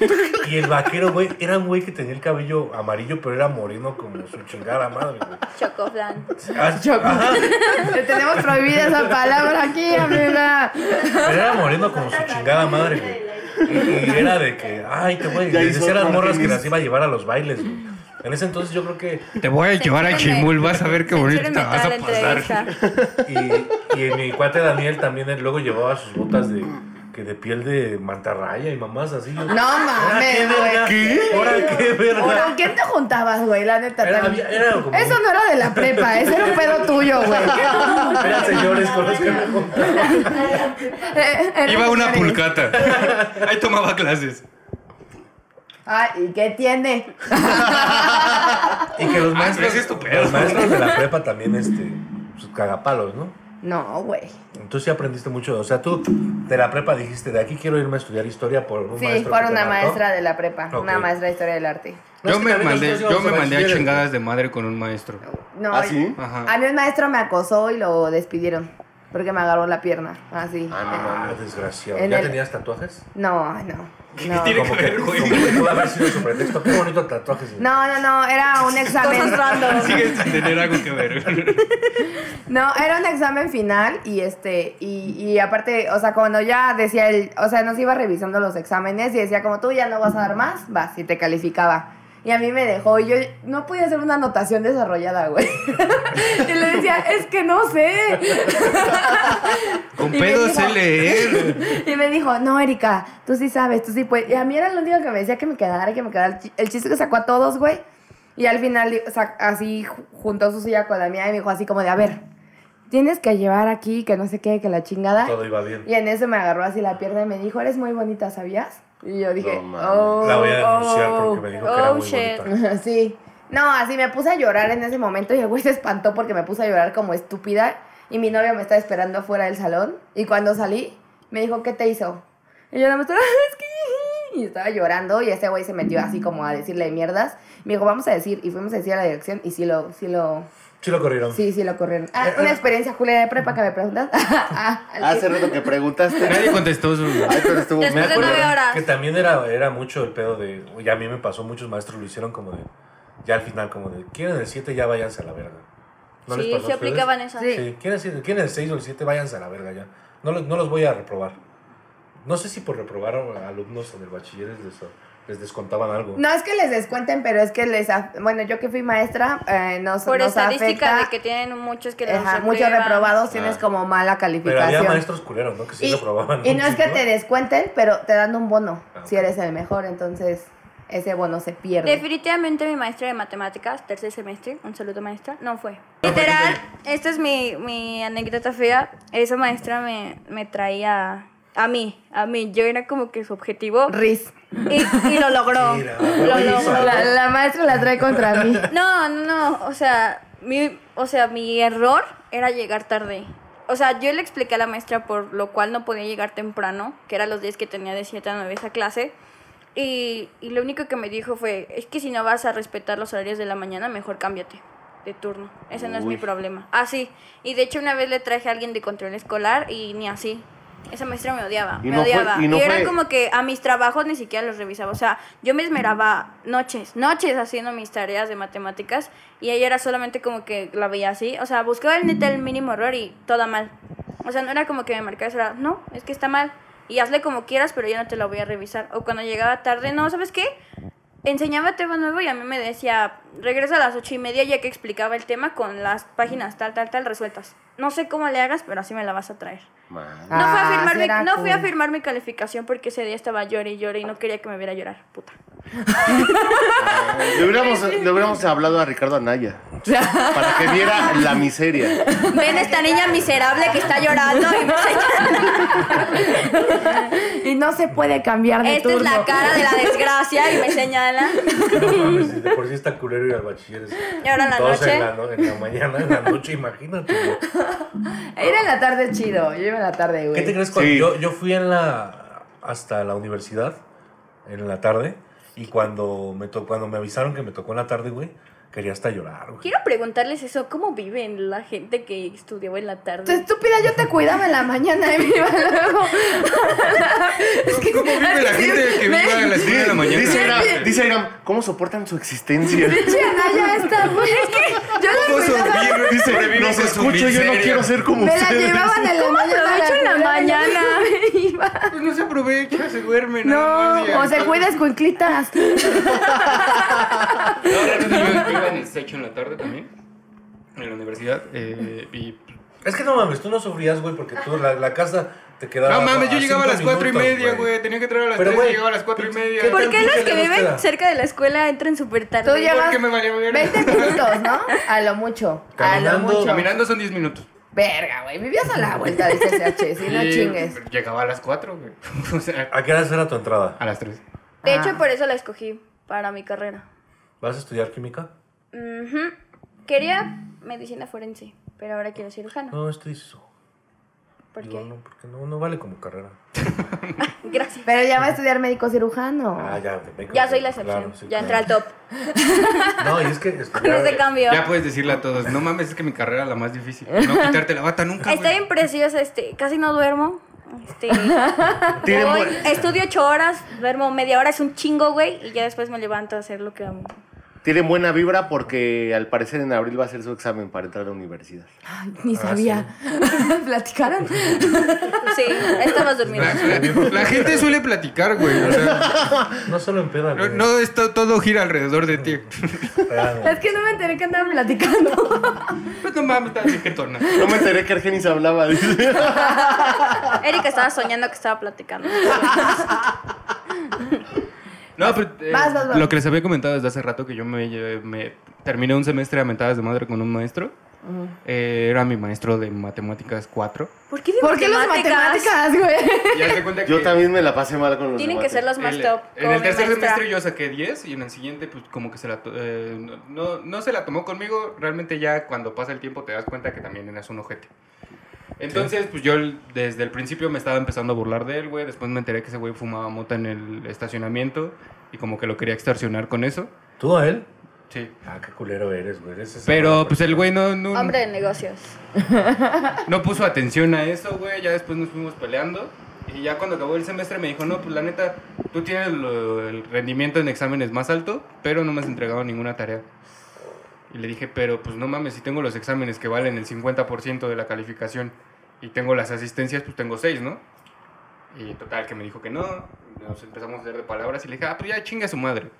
Speaker 3: Y el vaquero, güey, era un güey que tenía el cabello amarillo, pero era moreno como su chingada madre, güey.
Speaker 6: Chocoflan.
Speaker 3: Ah, ajá,
Speaker 4: Le tenemos prohibida esa palabra aquí, amiga.
Speaker 3: pero era moreno como su chingada madre, güey. Y, y era de que, ay, te voy.
Speaker 5: Ya
Speaker 3: Les
Speaker 5: hizo
Speaker 3: decía a las morras que
Speaker 5: Martínez.
Speaker 3: las iba a llevar a los bailes, güey. En ese entonces yo creo que.
Speaker 2: Te voy a llevar a
Speaker 6: Censúrenme.
Speaker 2: Chimul, vas a ver qué bonito te
Speaker 6: Censúrenme
Speaker 2: vas
Speaker 6: toda
Speaker 2: a
Speaker 6: la
Speaker 2: pasar.
Speaker 6: entrevista.
Speaker 3: Y, y mi cuate Daniel también él luego llevaba sus botas de. Que de piel de mantarraya y mamás así. Yo,
Speaker 4: No
Speaker 3: "Ahora Ah, qué
Speaker 4: mames, güey.
Speaker 3: verga, ¿Ahora qué verga?
Speaker 4: ¿Con quién te juntabas, güey? La neta.
Speaker 3: Era-
Speaker 4: también.
Speaker 3: había- era como-
Speaker 4: Eso no era de la prepa, ese era un pedo tuyo,
Speaker 3: (laughs)
Speaker 4: güey.
Speaker 3: Eran señores con los que me juntaba.
Speaker 4: Eh, era
Speaker 2: Iba a una
Speaker 4: diferente.
Speaker 2: pulcata. Ahí tomaba clases.
Speaker 4: Ah, ¿y qué tiene?
Speaker 3: Y que los
Speaker 2: Ah,
Speaker 3: maestros,
Speaker 2: ese es tu pedo.
Speaker 3: los maestros de la prepa también, este, pues, cagapalos, ¿no?
Speaker 4: No, güey.
Speaker 3: Entonces sí aprendiste mucho. O sea, tú de la prepa dijiste, de aquí quiero irme a estudiar historia por un
Speaker 4: Sí,
Speaker 3: maestro
Speaker 4: por
Speaker 3: que te
Speaker 4: una
Speaker 3: marcó".
Speaker 4: maestra de la prepa, una
Speaker 3: Ok.
Speaker 4: maestra de historia del arte.
Speaker 3: No, es
Speaker 2: Yo
Speaker 3: que
Speaker 2: me
Speaker 3: también
Speaker 2: mandé,
Speaker 3: nosotros
Speaker 2: yo
Speaker 3: íbamos
Speaker 2: me mandé a
Speaker 3: bachilleres,
Speaker 2: chingadas de madre con un maestro.
Speaker 4: No,
Speaker 5: ¿Ah, sí?
Speaker 2: Ajá.
Speaker 4: A mí un maestro me acosó y lo despidieron porque me agarró la pierna, así.
Speaker 3: güey. Ah, desgraciado.
Speaker 4: En
Speaker 3: ¿Ya
Speaker 4: el-
Speaker 3: tenías tatuajes?
Speaker 4: No,
Speaker 3: (laughs)
Speaker 4: no. No.
Speaker 2: tiene
Speaker 3: Como
Speaker 2: que
Speaker 3: que,
Speaker 2: ver, güey?
Speaker 3: como que pudo haber sido su pretexto. Qué bonito tatuajes. güey.
Speaker 4: No, no, no, era
Speaker 3: (laughs)
Speaker 4: un examen. (laughs)
Speaker 6: Cosas random.
Speaker 2: Sigue sin tener algo que ver.
Speaker 4: No, era un examen final y este, y, y aparte, o sea, cuando ya decía él, o sea, nos iba revisando los exámenes y decía como tú ya no vas a dar más, vas y te calificaba. Y a mí me dejó y yo no podía hacer una anotación desarrollada, güey. (laughs) y le decía, es que no sé.
Speaker 2: Con
Speaker 4: Y me
Speaker 2: pedo sé
Speaker 4: dijo- (laughs)
Speaker 2: leer.
Speaker 4: Y me dijo, no, Erika, tú sí sabes, tú sí puedes. Y a mí era lo único que me decía que me quedara, que me quedara. El chi- El chiste que sacó a todos, güey. Y al final, di- sac- así, ju- juntó su silla con la mía y me dijo así como de, a ver, tienes que llevar aquí, que no sé qué, que la chingada.
Speaker 3: Todo iba bien.
Speaker 4: Y en eso me agarró así la pierna y me dijo, eres muy bonita, ¿sabías? Y yo dije,
Speaker 5: No mames.
Speaker 4: oh,
Speaker 3: La voy a denunciar
Speaker 4: oh".
Speaker 3: porque me dijo que era
Speaker 6: oh,
Speaker 3: muy
Speaker 6: shit.
Speaker 3: bonita.
Speaker 4: (laughs) sí. No, así me puse a llorar en ese momento y el güey se espantó porque me puse a llorar como estúpida y mi novio me estaba esperando afuera del salón y cuando salí me dijo, ¿qué te hizo? Y yo nada más (laughs) estaba, "Es que-" Y estaba llorando y ese güey se metió así como a decirle mierdas. Me dijo, vamos a decir, y fuimos a decir a la dirección y sí lo, sí lo,
Speaker 3: Sí lo corrieron.
Speaker 4: sí, sí lo corrieron. Ah, una experiencia culera de prepa que me preguntas. (laughs) Ah,
Speaker 5: Hace rato que preguntaste.
Speaker 2: Nadie contestó su.
Speaker 5: Ay, pero estuvo
Speaker 6: Después de nueve horas.
Speaker 3: que también era, era mucho el pedo de. Y a mí me pasó, muchos maestros lo hicieron como de. Ya al final, como de. ¿Quieren el 7? Ya váyanse a la verga. ¿No les
Speaker 6: sí,
Speaker 3: pasó a
Speaker 6: se
Speaker 3: ustedes?
Speaker 6: aplicaban esas.
Speaker 4: Sí.
Speaker 3: Sí, ¿Quieren, el- quieren el 6 o el 7? Váyanse a la verga ya. No los, no los voy a reprobar. No sé si por reprobar a alumnos en el bachiller les, les descontaban algo.
Speaker 4: No es que les descuenten, pero es que les. af- Bueno, yo que fui maestra, eh, nos,
Speaker 6: Por
Speaker 4: nos afecta.
Speaker 6: estadística de que tienen muchos que
Speaker 4: Ajá,
Speaker 6: no
Speaker 4: muchos reprobados tienes
Speaker 5: Ah.
Speaker 4: como mala
Speaker 3: Pero había
Speaker 4: calificación.
Speaker 3: maestros culeros, ¿no? Que sí
Speaker 4: y,
Speaker 3: reprobaban.
Speaker 4: y
Speaker 3: un
Speaker 4: no es que
Speaker 3: chingo.
Speaker 4: te descuenten, pero te dan un bono
Speaker 3: Ah,
Speaker 4: si
Speaker 3: ok.
Speaker 4: eres el mejor, entonces ese bono se pierde.
Speaker 6: Definitivamente mi maestra de matemáticas, tercer semestre, un saludo maestra, no fue. Literal, esta es mi, mi anécdota fea. Esa maestra me, me traía a mí, a mí. Yo era como que su objetivo
Speaker 4: Riz.
Speaker 6: y, y lo logró.
Speaker 3: Mira,
Speaker 6: lo
Speaker 3: güey,
Speaker 6: logró.
Speaker 4: La, la maestra la trae contra
Speaker 3: (laughs)
Speaker 4: mí.
Speaker 6: No, no, no. O sea, mi, o sea, mi error era llegar tarde. O sea, yo le expliqué a la maestra por lo cual no podía llegar temprano, que eran los días que tenía de 7 a 9 esa clase. Y, y lo único que me dijo fue, es que si no vas a respetar los horarios de la mañana, mejor cámbiate de turno. Ese no es mi
Speaker 5: Uy.
Speaker 6: problema. Así. Y de hecho una vez le traje a alguien de control escolar y ni así. Esa maestra me odiaba,
Speaker 5: Y
Speaker 6: me
Speaker 5: no fue-
Speaker 6: odiaba.
Speaker 5: y
Speaker 6: y
Speaker 5: no
Speaker 6: era
Speaker 5: fue-
Speaker 6: como que a mis trabajos ni siquiera los revisaba. O sea, yo me esmeraba noches, noches haciendo mis tareas de matemáticas y ella era solamente como que la veía así. O sea, buscaba el neta el mínimo error y toda mal. O sea, no era como que me marcaba, era, no, es que está mal. Y hazle como quieras, pero yo no te lo voy a revisar. O cuando llegaba tarde, no, ¿sabes qué? Enseñaba tema nuevo y a mí me decía, regresa a las ocho y media ya que explicaba el tema con las páginas tal, tal, tal resueltas. No sé cómo le hagas, pero así me la vas a traer.
Speaker 5: Man.
Speaker 6: No, fui
Speaker 4: Ah,
Speaker 6: a, firmar
Speaker 4: sí
Speaker 6: mi,
Speaker 4: era
Speaker 6: no fui a
Speaker 4: cool.
Speaker 6: firmar mi calificación porque ese día estaba llorando y llorando y no quería que me viera llorar,
Speaker 4: (laughs)
Speaker 6: puta.
Speaker 5: Le hubiéramos, le hubiéramos hablado a
Speaker 4: (laughs)
Speaker 5: Ricardo Anaya para que viera la miseria.
Speaker 6: Ven esta niña miserable que está llorando y me
Speaker 4: (laughs)
Speaker 6: enseña-
Speaker 4: Y no se puede cambiar de
Speaker 6: Esta es
Speaker 4: turno.
Speaker 6: la cara
Speaker 4: (laughs)
Speaker 6: de la desgracia y me señala.
Speaker 3: No mames, de por sí está culero ir al bachiller.
Speaker 6: Y ahora en la
Speaker 3: Dos
Speaker 6: noche.
Speaker 3: En la, no- en la mañana, en la noche, imagínate. güey.
Speaker 4: Ir en la tarde es chido, yo iba en la tarde, güey.
Speaker 3: ¿Qué te crees cuando
Speaker 5: Sí.
Speaker 3: yo, yo fui en la, hasta la universidad en la tarde y cuando me, to- cuando me avisaron que me tocó en la tarde, güey, quería hasta llorar, güey.
Speaker 6: Quiero preguntarles eso, ¿cómo viven la gente que estudió en la
Speaker 4: Tú
Speaker 6: tarde?
Speaker 4: estúpida, yo te cuidaba en la mañana y me iba luego.
Speaker 2: ¿Cómo vive la gente que vive a las 5 de la mañana?
Speaker 5: Dice Aram, dice Aram, ¿cómo soportan su existencia?
Speaker 4: Pinche
Speaker 3: (laughs)
Speaker 4: Anaya está, güey. Es que yo la
Speaker 2: ¿Cómo
Speaker 4: cuidaba.
Speaker 2: sobrevive-
Speaker 5: Dice,
Speaker 2: Pues sobreviven
Speaker 5: los
Speaker 2: con su
Speaker 5: escucho, yo no
Speaker 2: miseria?
Speaker 5: quiero ser
Speaker 4: Me
Speaker 5: como
Speaker 4: la
Speaker 5: ustedes.
Speaker 4: llevaban en la mañana.
Speaker 6: Aprovecho en la mañana.
Speaker 2: Pues no se aprovecha, se duerme.
Speaker 4: No, o se
Speaker 2: cuida.
Speaker 4: cuida escuinclitas.
Speaker 2: No, realmente yo iba en el secho en la tarde también, en la universidad. eh, y...
Speaker 3: Es que no mames, tú no sufrías, güey, porque tú la, la casa te quedaba.
Speaker 2: No mames, yo llegaba a las
Speaker 3: cinco
Speaker 2: cuatro y
Speaker 3: minutos,
Speaker 2: media, güey. Tenía que entrar a las
Speaker 3: Pero,
Speaker 2: tres
Speaker 3: güey,
Speaker 2: y llegaba a las cuatro y media.
Speaker 3: ¿qué
Speaker 6: (laughs) ¿Por qué los que
Speaker 3: Pinche
Speaker 6: viven
Speaker 3: lejos
Speaker 6: cerca de la escuela entran súper
Speaker 4: Tú
Speaker 6: tarde?
Speaker 4: llevas
Speaker 2: Porque me valía verga.
Speaker 4: 20 minutos, ¿no? A lo mucho. a lo
Speaker 3: Caminando,
Speaker 4: mucho.
Speaker 2: Caminando son 10 minutos.
Speaker 4: Verga, güey. Vivías a la vuelta del CCH, si no
Speaker 2: Y
Speaker 4: chingues.
Speaker 2: Llegaba a las 4, güey. (laughs) O sea,
Speaker 3: ¿A qué hora era tu entrada?
Speaker 2: a las 3.
Speaker 6: De
Speaker 4: Ah.
Speaker 6: hecho, por eso la escogí para mi carrera.
Speaker 3: ¿Vas a estudiar química?
Speaker 6: Ujú. Quería medicina forense, pero ahora quiero cirujana.
Speaker 3: No, esto dices. eso.
Speaker 6: ¿Por
Speaker 3: Digo,
Speaker 6: qué?
Speaker 3: no, porque no, no vale como carrera.
Speaker 6: Gracias.
Speaker 4: Pero ya va a estudiar médico cirujano.
Speaker 3: Ah, ya, te vengo.
Speaker 6: Ya soy la excepción.
Speaker 3: Claro, sí,
Speaker 6: ya entré
Speaker 3: claro.
Speaker 6: al este top.
Speaker 3: No, y es que
Speaker 6: (laughs)
Speaker 3: eh, estudiar-
Speaker 6: No se cambió.
Speaker 2: Ya puedes decirle a todos, no mames, es que mi carrera es la más difícil.
Speaker 4: (laughs)
Speaker 2: No quitarte la bata nunca.
Speaker 6: Está
Speaker 2: güey.
Speaker 6: bien preciosa, este, casi no duermo.
Speaker 2: (laughs)
Speaker 6: Este,
Speaker 5: Tiene
Speaker 6: voy,
Speaker 5: buen-
Speaker 6: estudio ocho horas, duermo media hora, es un chingo, güey, y ya después me levanto a hacer lo que amo. Pues
Speaker 5: Tienen buena vibra porque al parecer en abril va a ser su examen para entrar a la universidad.
Speaker 4: Ay, ni
Speaker 3: Ah,
Speaker 4: sabía. ¿Platicaron?
Speaker 6: Sí,
Speaker 2: (laughs)
Speaker 6: estabas durmiendo.
Speaker 2: La, la- la gente suele platicar, güey. O sea,
Speaker 3: No solo en peda,
Speaker 2: no,
Speaker 3: güey.
Speaker 2: no, esto todo gira alrededor de ti.
Speaker 3: Ah,
Speaker 4: Es que no me enteré que andaban platicando.
Speaker 2: Pues no mames, estás chiquetona.
Speaker 5: No me enteré que Argenis
Speaker 2: (laughs)
Speaker 5: hablaba. dice.
Speaker 6: Erika estaba soñando que estaba platicando.
Speaker 2: No, pero, eh,
Speaker 4: Vas, vas, vas.
Speaker 2: lo que les había comentado desde hace rato que yo me, lle- me terminé un semestre a mentadas de madre con un maestro Eh, era mi maestro de matemáticas 4.
Speaker 6: ¿Por qué de
Speaker 4: (laughs) ¿Por qué las matemáticas, güey?
Speaker 2: Y haz de cuenta
Speaker 5: Yo
Speaker 2: que
Speaker 5: también me la pasé mal con los
Speaker 6: Tienen que
Speaker 5: remates.
Speaker 6: ser las más
Speaker 2: el-
Speaker 6: top.
Speaker 2: En
Speaker 6: como
Speaker 2: el
Speaker 6: mi
Speaker 2: tercer
Speaker 6: maestra.
Speaker 2: semestre yo saqué 10 y en el siguiente pues como que se la... to- eh, no, no se la tomó conmigo, realmente ya cuando pasa el tiempo te das cuenta que también eras un ojete. Entonces pues yo el- desde el principio me estaba empezando a burlar de él, güey, después me enteré que ese güey fumaba mota en el estacionamiento y como que lo quería extorsionar con eso.
Speaker 3: ¿Tú a él?
Speaker 2: Sí.
Speaker 3: Ah, qué culero eres, güey. eres esa
Speaker 2: Pero
Speaker 3: mala
Speaker 2: pues el güey no, no,
Speaker 6: Hombre de negocios.
Speaker 2: no puso atención a eso, güey. Ya después nos fuimos peleando. Y ya cuando acabó el semestre me dijo, no, pues la neta, tú tienes lo- el rendimiento en exámenes más alto, pero no me has entregado ninguna tarea. Y le dije, pero pues no mames, si tengo los exámenes que valen el 50% de la calificación y tengo las asistencias, pues tengo 6, ¿no? Y total, que me dijo que no, nos empezamos a hacer de palabras y le dije, ah, pues ya chinga su madre.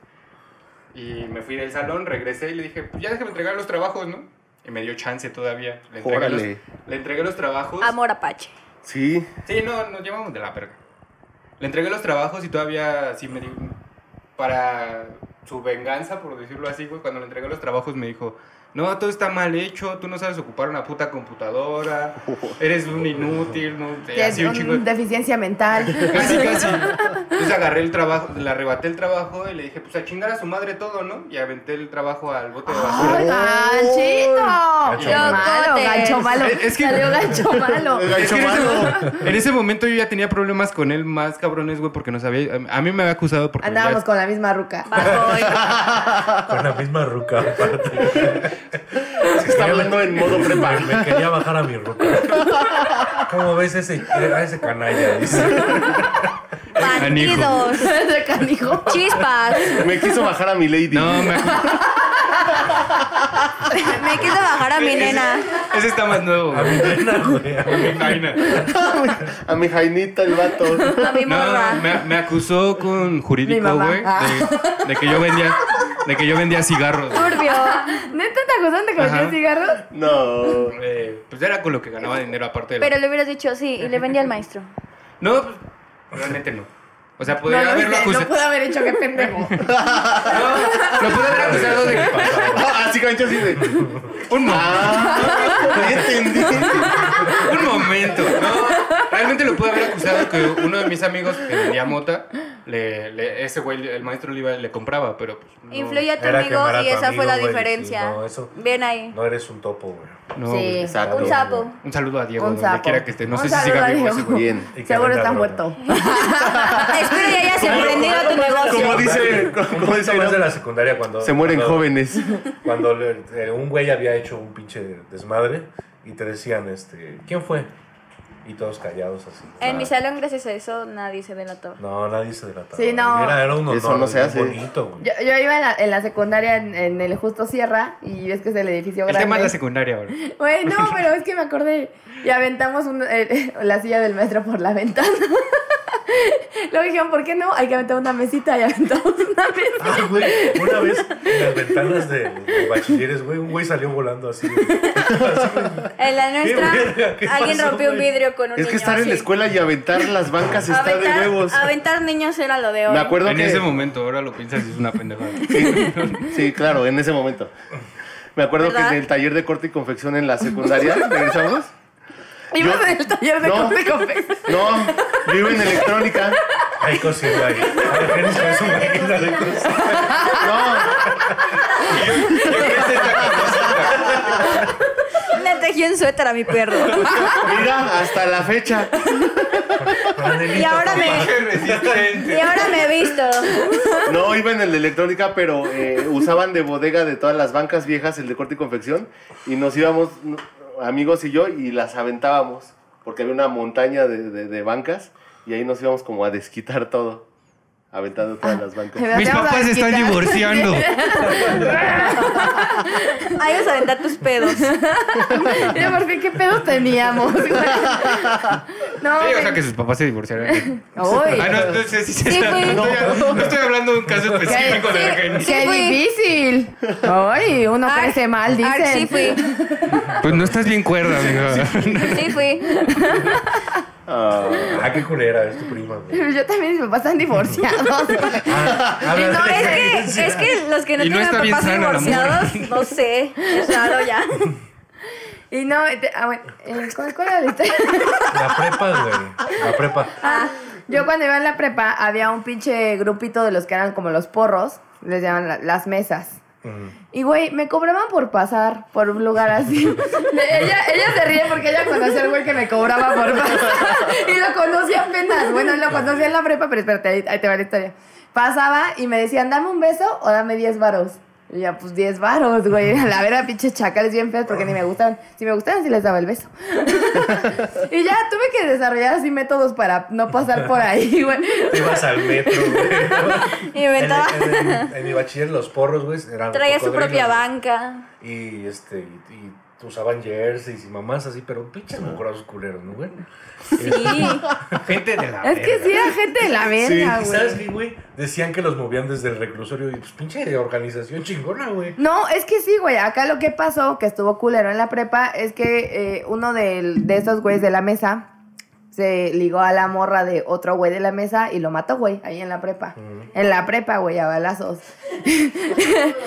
Speaker 2: Y me fui del salón, regresé y le dije, pues ya déjame entregar los trabajos, ¿no? Y me dio chance todavía. Le entregué, los,
Speaker 5: Órale.
Speaker 2: le entregué los trabajos.
Speaker 6: Amor apache.
Speaker 5: Sí.
Speaker 2: Sí, no, nos llevamos de la verga. Le entregué los trabajos y todavía sí me dijo. Para su venganza, por decirlo así, güey, cuando le entregué los trabajos me dijo: No, todo está mal hecho, tú no sabes ocupar una puta computadora, eres un inútil, no te
Speaker 4: Tienes
Speaker 2: así un chingo
Speaker 4: un-
Speaker 2: de-
Speaker 4: deficiencia mental.
Speaker 2: (laughs) Casi, casi. Entonces agarré el trabajo, le arrebaté el trabajo y le dije: Pues a chingar a su madre todo, ¿no? Y aventé el trabajo al bote de basura.
Speaker 4: ¡Ay, ganchito!
Speaker 3: Yo
Speaker 4: malo,
Speaker 6: cotes.
Speaker 4: gancho malo.
Speaker 2: Es- es que- (laughs)
Speaker 4: Salió gancho malo.
Speaker 5: El gancho
Speaker 2: Es que en, ese,
Speaker 5: malo.
Speaker 2: mo- en ese momento yo ya tenía problemas con él más cabrones, güey, porque no sabía. A mí me había acusado porque.
Speaker 4: Andábamos
Speaker 2: ya-
Speaker 4: con la misma ruca. (laughs)
Speaker 6: Bajo
Speaker 2: (laughs)
Speaker 6: el-
Speaker 3: Con la misma ruca, aparte.
Speaker 5: Es que está hablando en modo prepa.
Speaker 3: Me, me quería bajar a mi ruca. ¿Cómo ves ese, a ese canalla? Dice.
Speaker 2: (laughs)
Speaker 6: Bandidos.
Speaker 4: Ese canijo.
Speaker 6: Chispas.
Speaker 5: Me quiso bajar a mi lady.
Speaker 2: (laughs) No, me
Speaker 6: Me quiso bajar a mi nena.
Speaker 2: Ese está más nuevo.
Speaker 3: A mi nena, güey. a mi-
Speaker 5: A mi Jainita el vato.
Speaker 6: A mi morra.
Speaker 2: No, me, me acusó con
Speaker 4: Mi
Speaker 2: jurídico,
Speaker 4: mamá.
Speaker 2: güey, de, de que yo vendía, de que yo vendía cigarros. güey.
Speaker 6: Turbio.
Speaker 4: ¿Neta te acusan de
Speaker 2: Ajá.
Speaker 4: comer cigarros?
Speaker 5: No.
Speaker 2: Eh, pues era con lo que ganaba dinero aparte de. la-
Speaker 6: Pero le hubieras dicho sí y le vendí al maestro.
Speaker 2: No, pues, realmente no. O sea,
Speaker 4: No,
Speaker 2: podría
Speaker 4: no,
Speaker 2: haberlo
Speaker 4: no,
Speaker 2: acusado.
Speaker 4: no pude haber hecho
Speaker 2: (laughs)
Speaker 4: que pendejo.
Speaker 2: No, lo pude haber acusado de que.
Speaker 5: Así Ah, gancho así de.
Speaker 2: Un mo-
Speaker 5: Ah, ya entendí.
Speaker 2: Un momento, no. Realmente lo pude haber acusado que uno de mis amigos que vendía mota, le, le- ese güey, el maestro le, iba- le compraba, pero pues. No,
Speaker 6: Influye a tu
Speaker 3: Era
Speaker 6: amigo
Speaker 3: quemar a
Speaker 6: y
Speaker 3: tu
Speaker 6: esa
Speaker 3: amigo,
Speaker 6: fue la
Speaker 3: güey, sí,
Speaker 6: diferencia.
Speaker 3: no, eso-
Speaker 6: Bien ahí.
Speaker 3: No eres un topo, güey.
Speaker 2: no,
Speaker 4: Sí.
Speaker 2: güey.
Speaker 5: Exacto.
Speaker 6: Un sapo.
Speaker 2: Un saludo a Diego,
Speaker 4: Un
Speaker 2: donde
Speaker 4: sapo.
Speaker 2: quiera que esté. No
Speaker 4: Un
Speaker 2: sé si
Speaker 4: saludo
Speaker 2: siga
Speaker 4: a
Speaker 2: vivo
Speaker 4: Diego.
Speaker 2: ese güey.
Speaker 5: Bien.
Speaker 3: Y que
Speaker 4: Seguro
Speaker 3: venda
Speaker 4: está
Speaker 3: droga.
Speaker 4: muerto.
Speaker 6: (laughs) Espero que hayas emprendido tu
Speaker 5: Como
Speaker 6: negocio.
Speaker 5: dice,
Speaker 3: Un
Speaker 5: como
Speaker 3: poquito
Speaker 5: dice,
Speaker 3: más de la secundaria cuando...
Speaker 5: se mueren
Speaker 3: cuando-
Speaker 5: jóvenes.
Speaker 3: Cuando le- eh, un güey había hecho un pinche desmadre y te decían, este, ¿quién fue? Y todos callados así.
Speaker 6: En mi
Speaker 3: Ah,
Speaker 6: salón, gracias a eso, nadie se delató.
Speaker 3: (laughs) No, nadie se delataba.
Speaker 4: Sí, no.
Speaker 3: Era, era un honor.
Speaker 5: Eso no se
Speaker 3: muy
Speaker 5: hace.
Speaker 3: bonito, güey.
Speaker 4: Yo, yo iba en la, en la secundaria en, en el Justo Sierra y ves que es el edificio
Speaker 2: El
Speaker 4: grande.
Speaker 2: tema es la secundaria ahora.
Speaker 4: Güey, no,
Speaker 2: (laughs)
Speaker 4: pero es que me acordé. Y aventamos un- eh, (laughs) la silla del maestro por la ventana. (laughs) Luego dijeron, ¿por qué no? Hay que aventar una mesita y aventamos una mesa.
Speaker 3: Ah, güey, una vez en las ventanas de, de bachilleres, güey, un güey salió volando así. güey.
Speaker 6: En la nuestra,
Speaker 3: verga, ¿qué
Speaker 6: alguien
Speaker 3: pasó,
Speaker 6: rompió un
Speaker 3: güey?
Speaker 6: vidrio con un
Speaker 5: Es
Speaker 6: niño
Speaker 5: que estar en la
Speaker 6: así.
Speaker 5: escuela y aventar las bancas está de
Speaker 6: aventar,
Speaker 5: huevos.
Speaker 6: aventar niños era lo de hoy.
Speaker 5: Me acuerdo
Speaker 2: En
Speaker 5: que.
Speaker 2: ese momento, ahora lo piensas y es una (laughs) pendejada.
Speaker 5: Sí, sí, claro, en ese momento. Me acuerdo
Speaker 6: ¿Verdad?
Speaker 5: que en el taller de corte y confección en la secundaria, ¿regresamos?
Speaker 4: Ibas
Speaker 5: Yo-
Speaker 4: en el taller de
Speaker 5: No.
Speaker 4: corte y confección.
Speaker 5: No, yo iba en electrónica.
Speaker 3: Hay cosas, güey. Hay gente que es una máquina de cosas.
Speaker 5: No,
Speaker 6: (laughs) Le tejí un suéter a mi perro. (laughs)
Speaker 5: mira, hasta la fecha.
Speaker 6: y, ahora me, y ahora me he visto.
Speaker 5: No, iba en el de electrónica, pero eh, usaban de bodega de todas las bancas viejas el de corte y confección. Y nos íbamos, n- amigos y yo, y las aventábamos. Porque había una montaña de, de- de bancas. Y ahí nos íbamos como a desquitar todo. Aventando todas las bancas.
Speaker 2: Mis papás se están (laughs) divorciando.
Speaker 6: Ahí vas a aventar tus pedos.
Speaker 4: Mira, ¿por qué? ¿Qué pedos teníamos? (laughs) güey? no,
Speaker 2: Sí, o sea,
Speaker 4: güey.
Speaker 2: que sus papás se (laughs) divorciaron.
Speaker 4: Uy,
Speaker 2: Ah, no, entonces sí, se
Speaker 6: Sí,
Speaker 2: está-
Speaker 6: güey.
Speaker 2: no, estoy- no estoy hablando de un caso específico de
Speaker 6: Sí,
Speaker 2: la gente.
Speaker 6: sí,
Speaker 4: qué
Speaker 6: fui.
Speaker 4: difícil. Ay, uno
Speaker 6: Ar-
Speaker 4: crece mal, dicen.
Speaker 6: Ar- sí fui.
Speaker 2: Pues no estás bien cuerda, (laughs) amigo.
Speaker 6: Sí fui.
Speaker 5: Ah.
Speaker 3: Ah, qué culera, es tu prima,
Speaker 6: (laughs)
Speaker 3: güey.
Speaker 4: (laughs) Yo también, mis papás
Speaker 2: (laughs)
Speaker 4: están divorciados.
Speaker 3: Ah,
Speaker 4: Y
Speaker 3: habla
Speaker 4: no,
Speaker 3: de-
Speaker 6: Es que, es que los que no
Speaker 2: Y no
Speaker 6: tienen
Speaker 2: está bien
Speaker 6: papás
Speaker 2: sano el amor. (laughs)
Speaker 6: divorciados, no sé, es raro ya.
Speaker 4: Y no, te- ah, bueno, eh, ¿cuál, cuál era la historia?
Speaker 3: La prepa, güey. La prepa.
Speaker 4: Ah, yo cuando iba en la prepa había un pinche grupito de los que eran como los porros, les llaman la- las mesas. Y güey, me cobraban por pasar por un
Speaker 3: (laughs)
Speaker 4: lugar así. ella, ella se ríe porque ella conoce al güey que me cobraba por pasar. (laughs) y lo conocía apenas. Bueno, lo conocía en la prepa, pero espérate, ahí, ahí te va la historia. Pasaba y me decían, dame un beso o dame 10 varos. Y ya, pues 10 varos, güey. La verdad, pinche chacales bien feos porque ni me gustaban. Si me gustaban, sí les daba el beso.
Speaker 3: (laughs)
Speaker 4: Y ya tuve que desarrollar así métodos para no pasar por ahí, güey.
Speaker 3: Te ibas al metro, güey.
Speaker 6: Inventaba.
Speaker 3: En, en- en- en mi bachiller los porros, güey, eran
Speaker 6: Traía su
Speaker 3: cocodrilos,
Speaker 6: propia
Speaker 3: güey.
Speaker 6: banca.
Speaker 3: Y este, y, y usaban jerseys y mamás así, pero pinches mugrosos culeros, ¿no, güey? Este,
Speaker 6: Sí.
Speaker 3: (laughs)
Speaker 2: Gente de la
Speaker 4: Es que
Speaker 2: verga.
Speaker 4: sí era gente de la verga,
Speaker 3: ¿Y
Speaker 4: güey.
Speaker 3: sabes qué, güey? Decían que los movían desde el reclusorio y pues pinche organización chingona, güey.
Speaker 4: No, es que sí, güey. Acá lo que pasó, que estuvo culero en la prepa, es que eh, uno del- de esos güeyes de la mesa se ligó a la morra de otro güey de la mesa y lo mató, güey, ahí en la prepa. En la prepa, güey, a
Speaker 2: (laughs)
Speaker 4: balazos.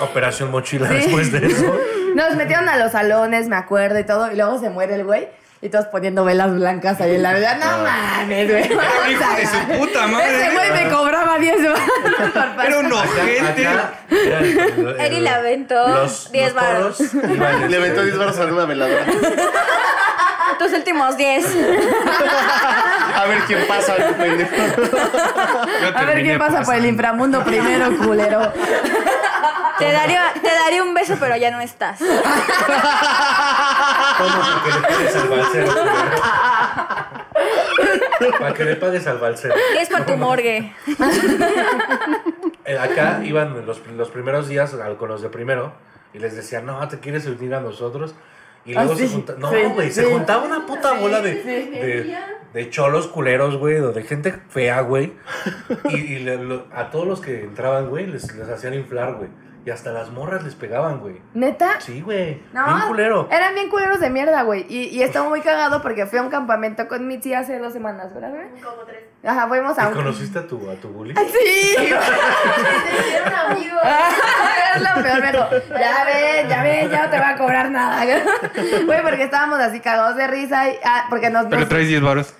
Speaker 3: Operación Mochila después de eso.
Speaker 4: (laughs) Nos metieron a los salones, me acuerdo y todo, y luego se muere el güey. Y todos poniendo velas blancas ahí en la verdad. No mames, güey.
Speaker 2: Era un Ah. hijo de su puta madre.
Speaker 4: Ese güey me cobraba 10
Speaker 2: (laughs)
Speaker 4: baros.
Speaker 2: Era un ojete.
Speaker 3: Acá era el- el-
Speaker 6: Eri le aventó
Speaker 3: los-
Speaker 6: 10
Speaker 3: los
Speaker 6: varos.
Speaker 3: porros iban,
Speaker 5: Le aventó
Speaker 3: este,
Speaker 5: 10 barras a una veladora.
Speaker 6: Tus últimos 10.
Speaker 5: A ver quién pasa, tu pendejo.
Speaker 2: Yo
Speaker 4: A ver qué
Speaker 2: terminé
Speaker 4: pasa por el
Speaker 2: pasando.
Speaker 4: inframundo primero, culero.
Speaker 2: (laughs)
Speaker 6: Te daría, te daría un beso, pero ya no estás.
Speaker 3: ¿Cómo? Para que le pagues al balsero. güey. Para que le pagues al balsero.
Speaker 6: ¿Qué es para tu morgue?
Speaker 3: Eh, Acá iban los, los primeros días al- con los de primero y les decían, no, ¿te quieres unir a nosotros? Y
Speaker 4: Ah,
Speaker 3: luego se
Speaker 4: sí,
Speaker 3: juntaban, no,
Speaker 4: sí,
Speaker 3: güey, se
Speaker 4: sí.
Speaker 3: juntaba una puta bola de, de, de cholos culeros, güey, o de gente fea,
Speaker 4: (laughs)
Speaker 3: güey. Y, y le- lo- a todos los que entraban, güey, les, les hacían inflar, güey. Y hasta las morras les pegaban, güey.
Speaker 4: ¿Neta?
Speaker 3: Sí, güey.
Speaker 4: No,
Speaker 3: Bien culero.
Speaker 4: eran bien culeros de mierda, güey. Y, y estaba muy cagado porque fui a un campamento con mi tía hace dos semanas, ¿verdad? güey?
Speaker 7: Como tres.
Speaker 4: Ajá, fuimos a
Speaker 3: ¿Y
Speaker 4: un...
Speaker 3: conociste a tu, a tu bully?
Speaker 4: (laughs)
Speaker 7: (laughs)
Speaker 4: Sí, güey.
Speaker 7: Se hicieron amigos.
Speaker 4: es lo peor, me dijo, ya ven, ya ven, ya no te va a cobrar nada. Güey, porque estábamos así cagados de risa y... Ah, porque nos...
Speaker 2: Pero
Speaker 4: nos-
Speaker 2: traes 10 varos.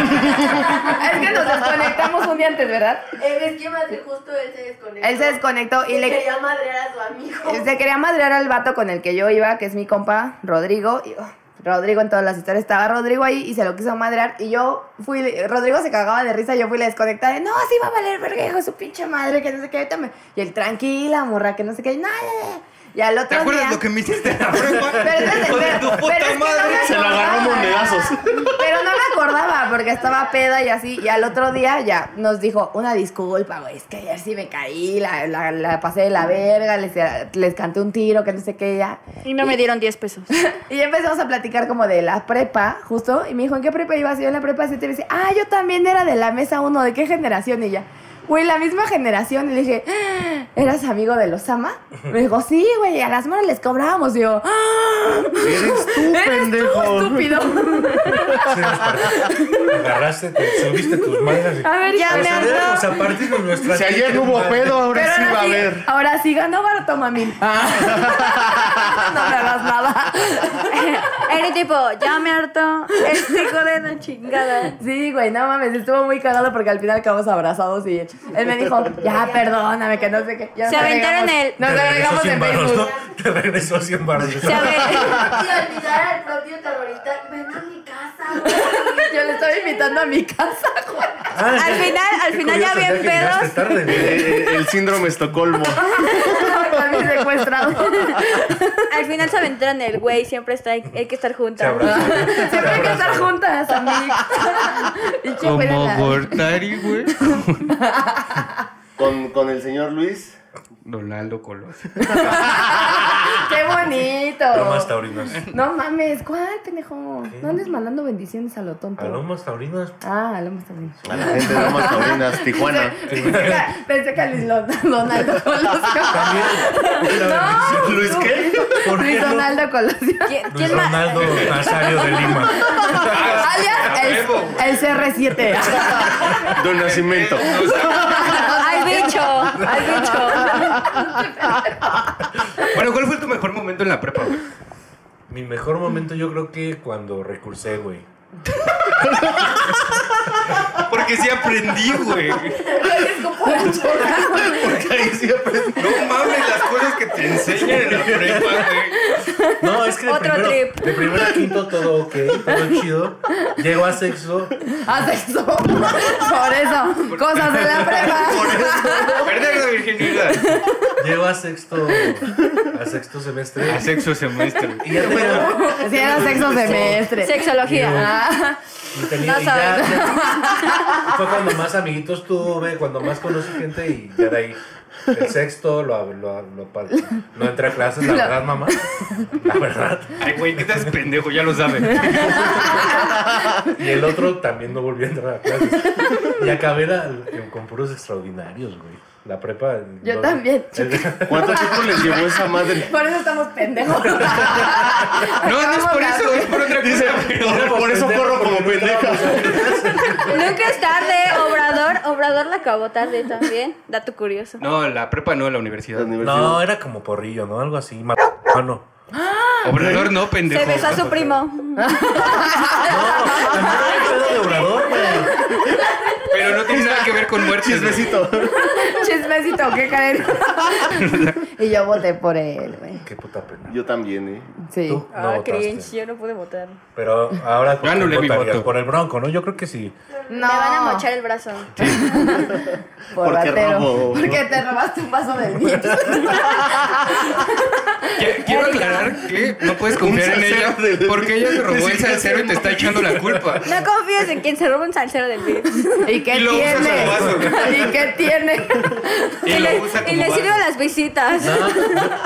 Speaker 4: (laughs) es que nos desconectamos un día antes, ¿verdad?
Speaker 7: En esquema de justo él se desconectó.
Speaker 4: Él se desconectó y le...
Speaker 7: quería madrear a su amigo.
Speaker 4: Se quería madrear al vato con el que yo iba, que es mi compa, Rodrigo. y, oh, Rodrigo en todas las historias. Estaba Rodrigo ahí y se lo quiso madrear. Y yo fui. Rodrigo se cagaba de risa. Yo fui la desconectada. de, No, así va a valer verguejo, su pinche madre, que no sé qué. ahorita me-". Y él, tranquila, morra, que no sé qué. y, "No, ya, ya, ya". Y al otro
Speaker 2: ¿Te acuerdas
Speaker 4: día-
Speaker 2: lo que me hiciste en la (laughs) prepa?
Speaker 4: Pero entonces-
Speaker 2: Hijo de
Speaker 4: pero-
Speaker 2: tu
Speaker 4: pero
Speaker 2: puta
Speaker 4: es que no
Speaker 2: madre.
Speaker 4: me
Speaker 5: Se lo agarró
Speaker 4: acordaba.
Speaker 5: monedazos.
Speaker 4: Pero no me acordaba porque estaba peda y así. Y al otro día ya nos dijo una disculpa, güey. Es que ayer sí me caí, la, la- la pasé de la verga, les, les canté un tiro, que no sé qué. Ya. (laughs)
Speaker 6: Y no me dieron 10 pesos.
Speaker 4: Y ya empezamos a platicar como de la prepa, justo. Y me dijo, ¿en qué prepa ibas? Y yo en la prepa 7. Y me dice, ah, yo también era de la mesa 1. ¿De qué generación? Y ya, güey, la misma generación. Y le dije, (gasps) "Ah, ¿eras amigo de los ama? Me dijo, sí, güey, a las moras les cobrábamos. Y yo, (gasps) "Ah,
Speaker 5: Eres tú,
Speaker 4: eres tú,
Speaker 5: pendejo.
Speaker 4: estúpido.
Speaker 3: Sí, nos pare- Agarraste, te subiste tus
Speaker 4: (laughs)
Speaker 3: mangas y...
Speaker 4: A ver, ya
Speaker 3: O
Speaker 4: me
Speaker 3: sea,
Speaker 4: ardó.
Speaker 3: o sea, a partir de nuestra...
Speaker 5: Si ayer no hubo pedo, ahora
Speaker 4: Pero
Speaker 5: sí va a
Speaker 4: ahora,
Speaker 5: haber.
Speaker 4: sí, ahora sí ganó Barato Mami.
Speaker 6: Ah.
Speaker 4: (laughs) no me hagas
Speaker 6: (laughs)
Speaker 4: nada.
Speaker 6: (laughs) Eri tipo, ya me harto. Es hijo de la chingada.
Speaker 4: Sí, güey, no mames, estuvo muy cagado porque al final acabamos abrazados y él me dijo, ya, perdóname, que no sé qué. Ya
Speaker 6: Se
Speaker 4: nos
Speaker 6: aventaron
Speaker 4: agregamos-
Speaker 6: el-
Speaker 4: Nos
Speaker 3: Te regresó
Speaker 4: agregamos en
Speaker 3: 100 varos,
Speaker 4: Facebook.
Speaker 3: ¿no? Te regresó 100 baros.
Speaker 6: Se ave-
Speaker 7: Y olvidar al propio terrorista. Ven a mi casa, güey.
Speaker 4: (laughs) Yo le estaba invitando a mi casa, güey.
Speaker 2: Ah,
Speaker 6: al final, al final ya bien pedos.
Speaker 3: pedos.
Speaker 5: Eh, eh, el síndrome Estocolmo.
Speaker 4: A mi secuestrado.
Speaker 6: (laughs) Al final se aventaron el güey, siempre está, hay hay que estar juntas. (laughs)
Speaker 4: Siempre hay que estar juntas, amigo. Y che, güey,
Speaker 2: Como
Speaker 4: la-
Speaker 2: Gortari, güey.
Speaker 5: Con, con el señor Luis.
Speaker 2: Donaldo Colos.
Speaker 4: Qué
Speaker 3: Palomas
Speaker 4: bonito.
Speaker 3: taurinas.
Speaker 4: No mames, ¿cuál, pendejo? No andes mandando bendiciones a lo tonto.
Speaker 3: Palomas taurinas.
Speaker 4: Ah, lo más también.
Speaker 5: A la gente de Lomas Taurinas, Tijuana.
Speaker 4: Pensé que- Pensé que a Luis Lo-
Speaker 6: (laughs)
Speaker 4: Donaldo Colosio.
Speaker 2: (laughs)
Speaker 4: No,
Speaker 5: ¿Luis qué?
Speaker 3: pues, ¿Por qué
Speaker 4: Luis
Speaker 3: no?
Speaker 4: Donaldo
Speaker 3: (laughs)
Speaker 4: Colosio.
Speaker 6: ¿Qui-
Speaker 3: Luis
Speaker 6: ¿Quién más?
Speaker 3: Ronaldo Nazario de Lima. Ah,
Speaker 4: Alias el, el CR7.
Speaker 3: (laughs)
Speaker 5: Don Nacimiento.
Speaker 6: Al bicho, al bicho.
Speaker 2: Bueno, ¿cuál fue tu mejor momento en la prepa, güey?
Speaker 3: Mi mejor momento yo creo que cuando recursé, güey.
Speaker 2: Porque sí aprendí, güey.
Speaker 5: Porque ahí sí aprendí.
Speaker 2: No mames las cosas que te enseñan en la prepa, güey.
Speaker 3: No, es que de
Speaker 6: Otro
Speaker 3: primero,
Speaker 6: trip.
Speaker 3: de primero a quinto todo ok, todo chido. Llego a sexo.
Speaker 4: Haz eso. Por eso. Cosas de la prepa.
Speaker 2: Perder la virginidad.
Speaker 3: Llego a sexto. A sexto semestre.
Speaker 2: A sexo semestre.
Speaker 3: Y ya tengo-
Speaker 4: Si era sexo semestre.
Speaker 6: Sexología.
Speaker 4: (laughs) Ah,
Speaker 3: Y tenía-
Speaker 6: No
Speaker 3: y ya-
Speaker 6: sabes.
Speaker 3: ya- fue cuando más amiguitos tuve, cuando más conocí gente y ya de ahí. El sexto lo, lo, lo pa- no entré a clases, la
Speaker 4: Lo-
Speaker 3: verdad, mamá. La verdad.
Speaker 2: Ay, güey, ¿qué estás pendejo? Ya lo
Speaker 5: (laughs)
Speaker 2: saben.
Speaker 3: Y el otro también no volvió a entrar a clases. Y acabé la- con puros extraordinarios, güey. La prepa.
Speaker 4: Yo
Speaker 3: lo-
Speaker 4: también.
Speaker 3: el-
Speaker 5: ¿Cuánto tiempo les llevó esa madre?
Speaker 4: Por eso
Speaker 3: (laughs)
Speaker 4: estamos pendejos.
Speaker 2: No, no es por eso, es por otra cosa. pero-
Speaker 5: Por eso corro como pendeja.
Speaker 6: Nunca es tarde, Obrador. Obrador la acabó tarde también. Dato curioso.
Speaker 2: No, la prepa no, la universidad.
Speaker 3: No, era como porrillo, ¿no? Algo así. ma- Ah, no.
Speaker 5: Ah,
Speaker 2: Obrador no, pendejo.
Speaker 6: Se besó a su primo.
Speaker 3: También era el pedo de obrador, güey.
Speaker 2: Pero no tiene nada que ver con muertes. güey.
Speaker 5: Chismecito.
Speaker 4: Chismecito,
Speaker 3: (laughs)
Speaker 4: qué caer. y yo voté por él, güey.
Speaker 3: Qué puta pena.
Speaker 5: Yo también, ¿eh?
Speaker 4: Sí.
Speaker 3: Tú no
Speaker 6: Ah,
Speaker 3: votaste.
Speaker 6: cringe, yo no pude votar.
Speaker 3: Pero ahora por
Speaker 2: Ya no
Speaker 3: quién
Speaker 2: le vi
Speaker 3: votarías?
Speaker 2: voto.
Speaker 3: por el Bronco, ¿no? Yo creo que sí.
Speaker 4: No.
Speaker 6: Me van a mochar el brazo.
Speaker 4: Por
Speaker 5: Porque
Speaker 4: ratero.
Speaker 5: robo.
Speaker 4: Porque te robaste un vaso del
Speaker 3: (laughs)
Speaker 4: Vips.
Speaker 5: (laughs)
Speaker 2: Que- Quiero aclarar que no puedes confiar en
Speaker 5: salsero
Speaker 2: ella
Speaker 5: del-
Speaker 2: porque ella te robó
Speaker 5: Sí,
Speaker 2: el
Speaker 5: sí,
Speaker 2: salsero y te está echando la
Speaker 5: (laughs)
Speaker 2: culpa.
Speaker 6: No confíes en quien se roba un salsero del VIP.
Speaker 4: ¿Y qué
Speaker 2: Y lo usas
Speaker 4: tiene?
Speaker 2: al vaso.
Speaker 4: ¿Y qué tiene?
Speaker 2: (laughs) Y lo
Speaker 6: le,
Speaker 2: usa
Speaker 6: y
Speaker 2: como
Speaker 6: le
Speaker 2: vaso.
Speaker 6: sirve a las visitas.
Speaker 3: No,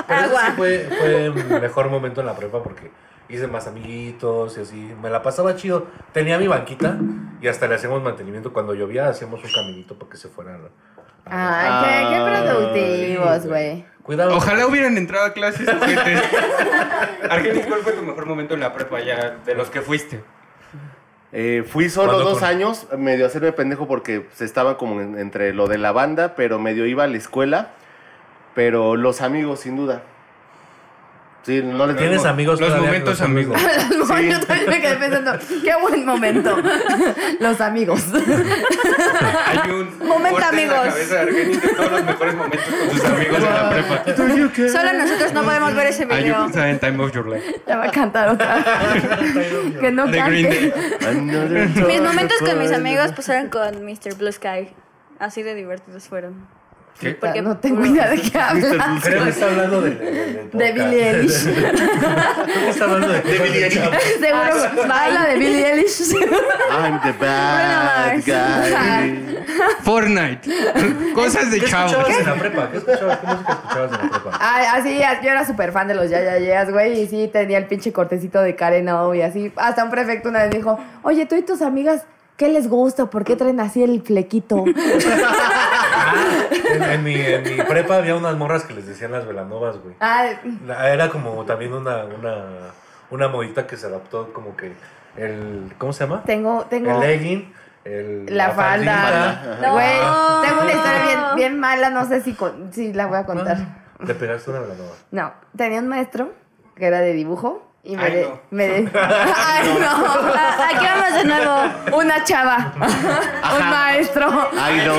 Speaker 3: pero eso sí
Speaker 6: Agua.
Speaker 3: fue, fue mi mejor momento en la prepa porque hice más amiguitos y así. Me la pasaba chido. Tenía mi banquita y hasta le hacíamos mantenimiento. Cuando llovía hacíamos un caminito para que se fueran. a- a-
Speaker 4: Ay, qué,
Speaker 5: Ah,
Speaker 4: qué productivos,
Speaker 3: Sí,
Speaker 4: güey.
Speaker 3: Cuidado.
Speaker 2: Ojalá hubieran entrado a
Speaker 5: (laughs)
Speaker 2: clases. ojete. Argenis, ¿cuál fue tu mejor momento en la prepa ya de los que fuiste?
Speaker 5: Eh, fui solo
Speaker 3: ¿Cuándo
Speaker 5: dos
Speaker 3: fue?
Speaker 5: años, medio hacerme pendejo porque se estaba como en- entre lo de la banda, pero medio iba a la escuela, pero los amigos sin duda. Sí, no le
Speaker 3: ¿Tienes
Speaker 5: tengo-
Speaker 3: amigos
Speaker 2: Los
Speaker 3: todavía?
Speaker 2: momentos amigos.
Speaker 4: (laughs) Yo también me quedé pensando, qué
Speaker 2: (laughs)
Speaker 4: buen momento. Los amigos. (laughs)
Speaker 2: Hay un
Speaker 6: (laughs) Momento,
Speaker 2: corte en la
Speaker 6: amigos.
Speaker 2: cabeza de Argenis de todos los mejores momentos con tus amigos en la prepa.
Speaker 5: (laughs)
Speaker 6: Solo nosotros no podemos ver ese
Speaker 2: Hay
Speaker 6: video.
Speaker 2: un en Time of Your Life.
Speaker 4: Ya va a cantar otra
Speaker 2: (laughs)
Speaker 4: vez. Que no
Speaker 2: De Green Day.
Speaker 4: (laughs) cante.
Speaker 6: Mis momentos con mis amigos pasaron con Mr. Blue Sky. Así de divertidos fueron.
Speaker 2: ¿Qué?
Speaker 4: O sea,
Speaker 6: Porque-
Speaker 4: No tengo idea de qué habla. (laughs)
Speaker 3: Creo que está hablando de... De, de,
Speaker 4: De Billie
Speaker 2: (laughs)
Speaker 4: Eilish. (laughs)
Speaker 3: Creo que está hablando de... De
Speaker 5: Billie Eilish.
Speaker 4: Seguro habla de Billie Eilish.
Speaker 5: I'm
Speaker 6: (laughs)
Speaker 5: the bad
Speaker 6: Bruno Mars.
Speaker 5: guy.
Speaker 2: Fortnite. Cosas de
Speaker 3: ¿Qué
Speaker 2: chavos.
Speaker 3: escuchabas en la prepa? ¿Qué escuchabas? ¿Qué música escuchabas en la
Speaker 4: (laughs)
Speaker 3: prepa?
Speaker 4: Ay, así, yo era súper fan de los ya ya yeahs, güey. Y sí, tenía el pinche cortecito de Karen O y así. Hasta un prefecto una vez dijo, oye, tú y tus amigas, ¿qué les gusta? ¿Por qué traen así el flequito?
Speaker 3: Ah, En, en mi, en mi prepa había unas morras que les decían las velanovas, güey.
Speaker 4: Ay,
Speaker 3: La- Era como también una, una, una modita que se adaptó como que el... ¿Cómo se llama?
Speaker 4: tengo, tengo...
Speaker 3: El legging, el,
Speaker 4: La falda.
Speaker 3: faldita.
Speaker 6: No.
Speaker 4: Güey,
Speaker 6: Ah.
Speaker 4: tengo una historia bien, bien mala, no sé si, con- si la voy a contar.
Speaker 3: Te pegaste una velanova.
Speaker 4: No, tenía un maestro que era de dibujo y me...
Speaker 2: Ay,
Speaker 4: de-
Speaker 2: no.
Speaker 4: me de- Ay, no.
Speaker 6: Ah, Aquí vamos de nuevo.
Speaker 4: Una chava. Un maestro.
Speaker 5: Ay, no.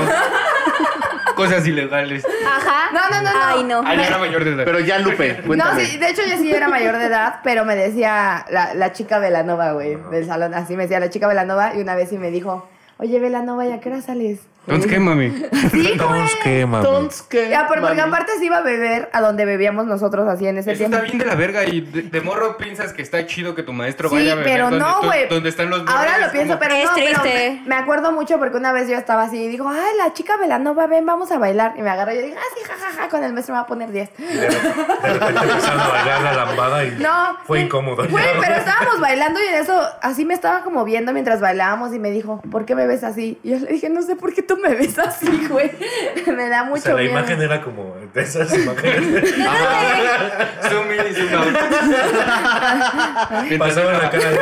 Speaker 2: Cosas ilegales.
Speaker 6: Ajá.
Speaker 4: No, no, no, no.
Speaker 6: Ah, Ay, no. (laughs)
Speaker 2: Ah, ya era mayor de edad.
Speaker 5: Pero ya Lupe,
Speaker 4: No,
Speaker 5: cuéntame.
Speaker 4: sí, de hecho yo sí era mayor de edad, pero me decía la, la chica Velanova, güey, del salón, así me decía la chica Velanova y una vez sí me dijo, oye Velanova, ¿ya qué hora sales?
Speaker 2: Entonces, ¿qué, mami?
Speaker 4: Sí, güey.
Speaker 3: quema.
Speaker 5: Entonces, ¿qué,
Speaker 4: Ya, pero porque
Speaker 5: mami?
Speaker 4: aparte sí iba a beber a donde bebíamos nosotros así en ese
Speaker 2: Eso
Speaker 4: tiempo.
Speaker 2: está bien de la verga y de, de morro piensas que está chido que tu maestro
Speaker 4: Sí,
Speaker 2: vaya a beber
Speaker 4: pero
Speaker 2: donde,
Speaker 4: no,
Speaker 2: tú-
Speaker 4: güey.
Speaker 2: donde están los morros,
Speaker 4: Ahora
Speaker 2: es
Speaker 4: lo pienso,
Speaker 2: como-
Speaker 4: pero
Speaker 6: Es
Speaker 4: no, pero
Speaker 6: triste.
Speaker 4: me- me acuerdo mucho porque una vez yo estaba así y dijo, ay, la chica Velanova, ven, vamos a bailar. Y me agarró y yo dije, ah, sí, jajaja, con el maestro me va a poner 10.
Speaker 3: De repente de repente empezaron a bailar la lambada y
Speaker 2: (laughs)
Speaker 4: No.
Speaker 3: fue
Speaker 4: güey,
Speaker 3: incómodo.
Speaker 4: Güey,
Speaker 3: ya.
Speaker 4: pero estábamos bailando y en eso así me estaba como viendo mientras bailábamos y me dijo, ¿por qué me ves así? Y yo le dije, no sé por qué tú me ves así, güey. (laughs) me da
Speaker 3: O
Speaker 4: mucho
Speaker 3: sea, la
Speaker 2: (laughs)
Speaker 4: miedo. (laughs)
Speaker 3: imagen era como de esas imágenes.
Speaker 2: (laughs) Zoom in y
Speaker 4: (laughs)
Speaker 2: zoom out. Mientras-
Speaker 3: Pasaba en
Speaker 2: (laughs)
Speaker 3: la cara de...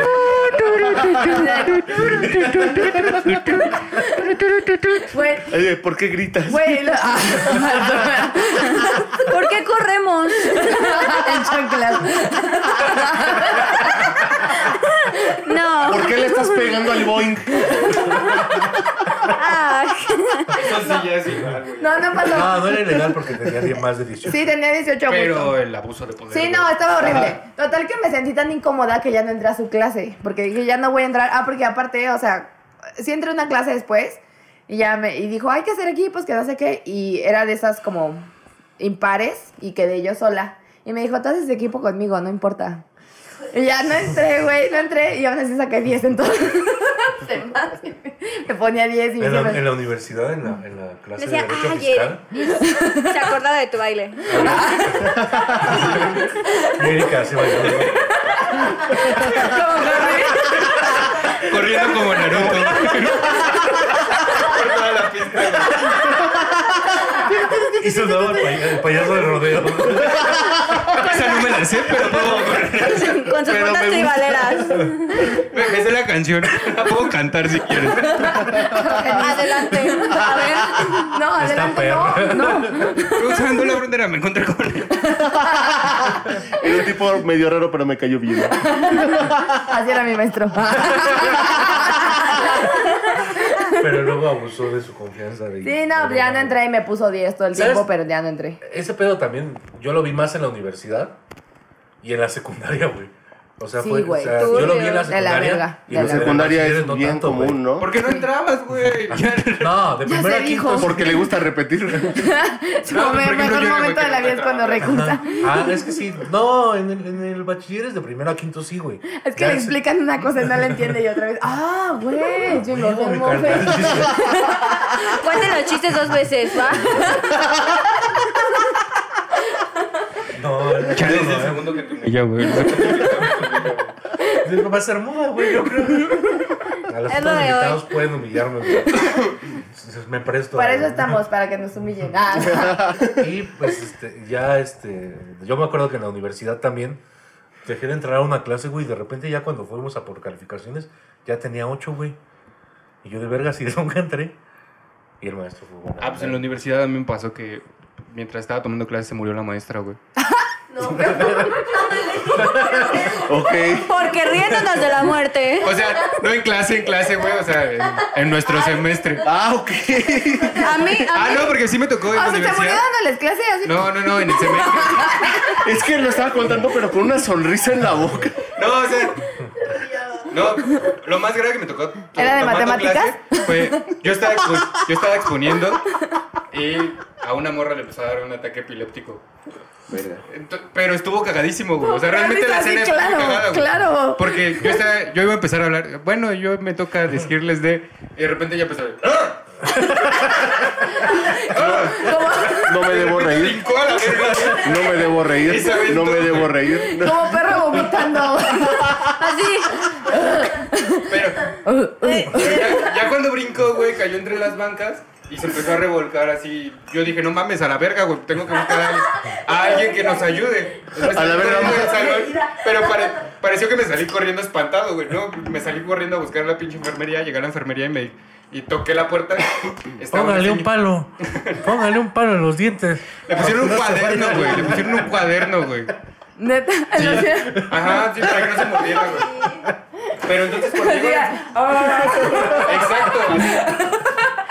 Speaker 4: Güey,
Speaker 5: Oye, ¿por qué gritas?
Speaker 4: güey, lo- ah,
Speaker 6: (laughs)
Speaker 4: (laughs)
Speaker 6: ¿Por qué corremos?
Speaker 4: en chanclas.
Speaker 2: Eso sí ya es igual, güey.
Speaker 4: No, no pasó.
Speaker 3: No, no era ilegal porque tenía 10 más de 18.
Speaker 4: Sí, tenía 18
Speaker 2: Pero
Speaker 4: justo.
Speaker 2: el abuso de poder.
Speaker 4: Sí,
Speaker 2: güey.
Speaker 4: no, estaba horrible.
Speaker 2: Ajá.
Speaker 4: Total que me sentí tan incómoda que ya no entré a su clase. Porque dije, ya no voy a entrar. Ah, porque aparte, o sea, sí entré a una clase después. Y ya me. Y dijo, hay que hacer equipos, que no sé qué. Y era de esas como impares. Y quedé yo sola. Y me dijo, tú haces equipo conmigo, no importa. Y ya no entré, güey, no entré. Y aún así saqué 10
Speaker 6: (laughs)
Speaker 4: entonces. me ponía 10 y me
Speaker 3: En la,
Speaker 4: siempre-
Speaker 3: en la universidad, en la, en la clase
Speaker 6: Decía,
Speaker 3: de Derecho
Speaker 6: "Ay,
Speaker 3: Fiscal,
Speaker 6: Se acordaba de tu baile.
Speaker 3: Erika se bailó.
Speaker 2: Corriendo como Naruto. Por toda la pista.
Speaker 3: Y sonaba el, paya- el payaso de rodeo.
Speaker 4: (laughs)
Speaker 2: Esa no me la sé, pero puedo correr.
Speaker 6: Con sus
Speaker 2: Pero me gusta. (laughs)
Speaker 6: puntas tribaleras.
Speaker 2: Me me sé la canción. La puedo cantar si quieres.
Speaker 6: Adelante. (laughs) A ver.
Speaker 4: No,
Speaker 3: Está
Speaker 4: adelante, no.
Speaker 3: perra.
Speaker 2: Cruzando la frontera me encontré con él.
Speaker 5: Era un tipo medio raro, pero me cayó bien.
Speaker 4: Así era mi maestro.
Speaker 3: Pero luego abusó de su confianza. de-
Speaker 4: Sí, no, pues ya no entré y me puso 10 todo el
Speaker 3: ¿Sabes?
Speaker 4: tiempo, pero ya no entré.
Speaker 3: Ese pedo también, yo lo vi más en la universidad y en la secundaria, güey. O sea,
Speaker 4: Sí,
Speaker 3: fue.
Speaker 4: güey.
Speaker 3: o sea,
Speaker 6: Tú,
Speaker 3: yo lo vi en la
Speaker 4: de la
Speaker 3: secundaria.
Speaker 4: verga,
Speaker 3: y los
Speaker 4: de
Speaker 5: La
Speaker 4: la
Speaker 3: de
Speaker 5: secundaria
Speaker 3: bachilleres
Speaker 5: es
Speaker 3: no
Speaker 5: bien
Speaker 3: tanto,
Speaker 5: común,
Speaker 3: güey.
Speaker 5: ¿no?
Speaker 2: ¿Por qué no entrabas, güey? Ya-
Speaker 3: No, de primero
Speaker 4: Ya se
Speaker 3: a quinto.
Speaker 4: dijo.
Speaker 5: Porque le gusta repetir.
Speaker 4: Su
Speaker 2: No, pues,
Speaker 4: me-
Speaker 2: por ejemplo,
Speaker 4: mejor
Speaker 2: yo, güey,
Speaker 4: momento
Speaker 2: que
Speaker 4: de la
Speaker 2: no
Speaker 4: vida es cuando
Speaker 2: entraba.
Speaker 4: recusa.
Speaker 3: Ah, es que sí. No, en el, en el bachiller es de primero a quinto, sí, güey.
Speaker 4: Es que
Speaker 3: Ya
Speaker 4: le explican una cosa y no la entiende y otra vez. Ah, güey, yo
Speaker 3: Huevo,
Speaker 4: me
Speaker 3: Ricardo.
Speaker 4: mofe.
Speaker 6: Cuenten los chistes dos veces, ¿va?
Speaker 4: (laughs)
Speaker 3: No, el
Speaker 2: Chale, es el
Speaker 3: no,
Speaker 2: segundo que te Ya, güey.
Speaker 3: eh. Va a ser muda, güey, yo
Speaker 4: (laughs)
Speaker 3: creo. A los
Speaker 6: Es lo de
Speaker 3: invitados pueden humillarme, güey. Me presto.
Speaker 4: Para
Speaker 3: a-
Speaker 4: eso estamos, para que nos humillen. Ah,
Speaker 3: Y pues este, ya este, yo me acuerdo que en la universidad también dejé de entrar a una clase, güey, y de repente ya cuando fuimos a por calificaciones ya tenía ocho, güey. Y yo de verga si de (laughs) nunca entré. Y el maestro fue bueno.
Speaker 2: Ah, pues en la universidad a mí me pasó que mientras estaba tomando clases se murió la maestra, güey.
Speaker 7: No, pero-
Speaker 5: Ok.
Speaker 6: Porque riéndonos de la muerte.
Speaker 2: O sea, no en clase, en clase, güey. O sea, en, en nuestro semestre.
Speaker 5: Ah, ok. (laughs)
Speaker 6: A mí, a
Speaker 2: Ah,
Speaker 6: mí.
Speaker 2: no, porque sí me tocó en la
Speaker 4: o sea, se murió
Speaker 2: universidad.
Speaker 4: dándoles clases así.
Speaker 2: No, no, no, en el semestre.
Speaker 5: Es que lo estaba contando, pero con una sonrisa en la boca.
Speaker 2: No, o sea. No, lo más grave que me tocó.
Speaker 4: ¿Era de
Speaker 2: tomando
Speaker 4: matemáticas?
Speaker 2: clase Fue, yo, estaba expo- yo estaba exponiendo y a una morra le empezó a dar un ataque epiléptico. Ento- Pero estuvo cagadísimo, güey. O sea,
Speaker 4: Pero
Speaker 2: realmente la
Speaker 4: ahorita
Speaker 2: escena
Speaker 4: sí,
Speaker 2: estuvo
Speaker 4: claro,
Speaker 2: cagada, güey.
Speaker 4: claro.
Speaker 2: Porque yo, estaba- yo iba a empezar a hablar. Bueno, yo me toca decirles de. Y de repente ya empezó. ¡Ah!
Speaker 5: No me debo reír.
Speaker 2: Brincó a la verga.
Speaker 5: No me debo reír.
Speaker 2: Isabel,
Speaker 5: No me
Speaker 2: tú.
Speaker 5: debo reír. No.
Speaker 4: Como perro vomitando.
Speaker 6: Así.
Speaker 2: Pero ya, ya cuando brincó, güey, cayó entre las bancas y se empezó a revolcar así. Yo dije, no mames, a la verga, güey, tengo que buscar a alguien, a alguien que nos ayude. Entonces,
Speaker 5: A la verga,
Speaker 2: corriendo
Speaker 5: vamos.
Speaker 2: del salón, pero pare- pareció que me salí corriendo espantado, güey, ¿no? Me salí corriendo a buscar la pinche enfermería, llegué a la enfermería y me... Y toqué la puerta. Estaba una
Speaker 3: Póngale un
Speaker 2: señora-
Speaker 3: palo. Póngale un palo en los dientes.
Speaker 2: Le pusieron un cuaderno, güey. Le pusieron un cuaderno, güey.
Speaker 4: Neta.
Speaker 2: Sí.
Speaker 4: no sé.
Speaker 2: Ajá, sí, para que no se mordiera, güey. Pero entonces cuando llego a
Speaker 4: Mira, ah,
Speaker 2: Exacto.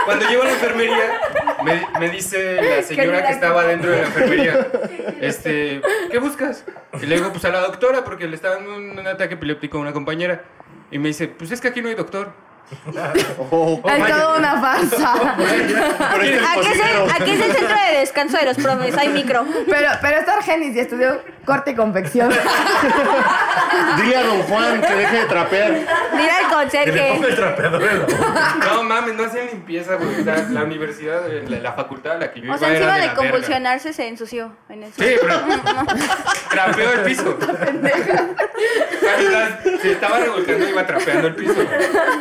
Speaker 2: Cuando llego a la enfermería, me, me dice la señora que estaba dentro de la enfermería, este, ¿qué buscas? Y le digo, pues a la doctora, porque le estaba dando un, un ataque epiléptico a una compañera. Y me dice, pues es que aquí no hay doctor.
Speaker 5: Oh,
Speaker 4: Es toda una farsa.
Speaker 5: pero es el
Speaker 6: Aquí es,
Speaker 5: cocinero.
Speaker 6: el, aquí es el centro de descanso de los profes. Hay micro.
Speaker 4: Pero, pero es Argenis y estudió corte y confección.
Speaker 5: Dile a don Juan que deje de trapear.
Speaker 6: Mira el
Speaker 3: Que le ponga
Speaker 6: conserje.
Speaker 3: el trapeador en la boca.
Speaker 2: No mames, no hacen limpieza, güey. O sea, la universidad, la, la facultad a la que yo iba
Speaker 6: O sea,
Speaker 2: era
Speaker 6: encima
Speaker 2: de
Speaker 6: de
Speaker 2: la verga.
Speaker 6: convulsionarse se ensució. En el
Speaker 2: Sí, pero trapeó el piso. Calidad, Se estaba revolcando y iba trapeando el piso.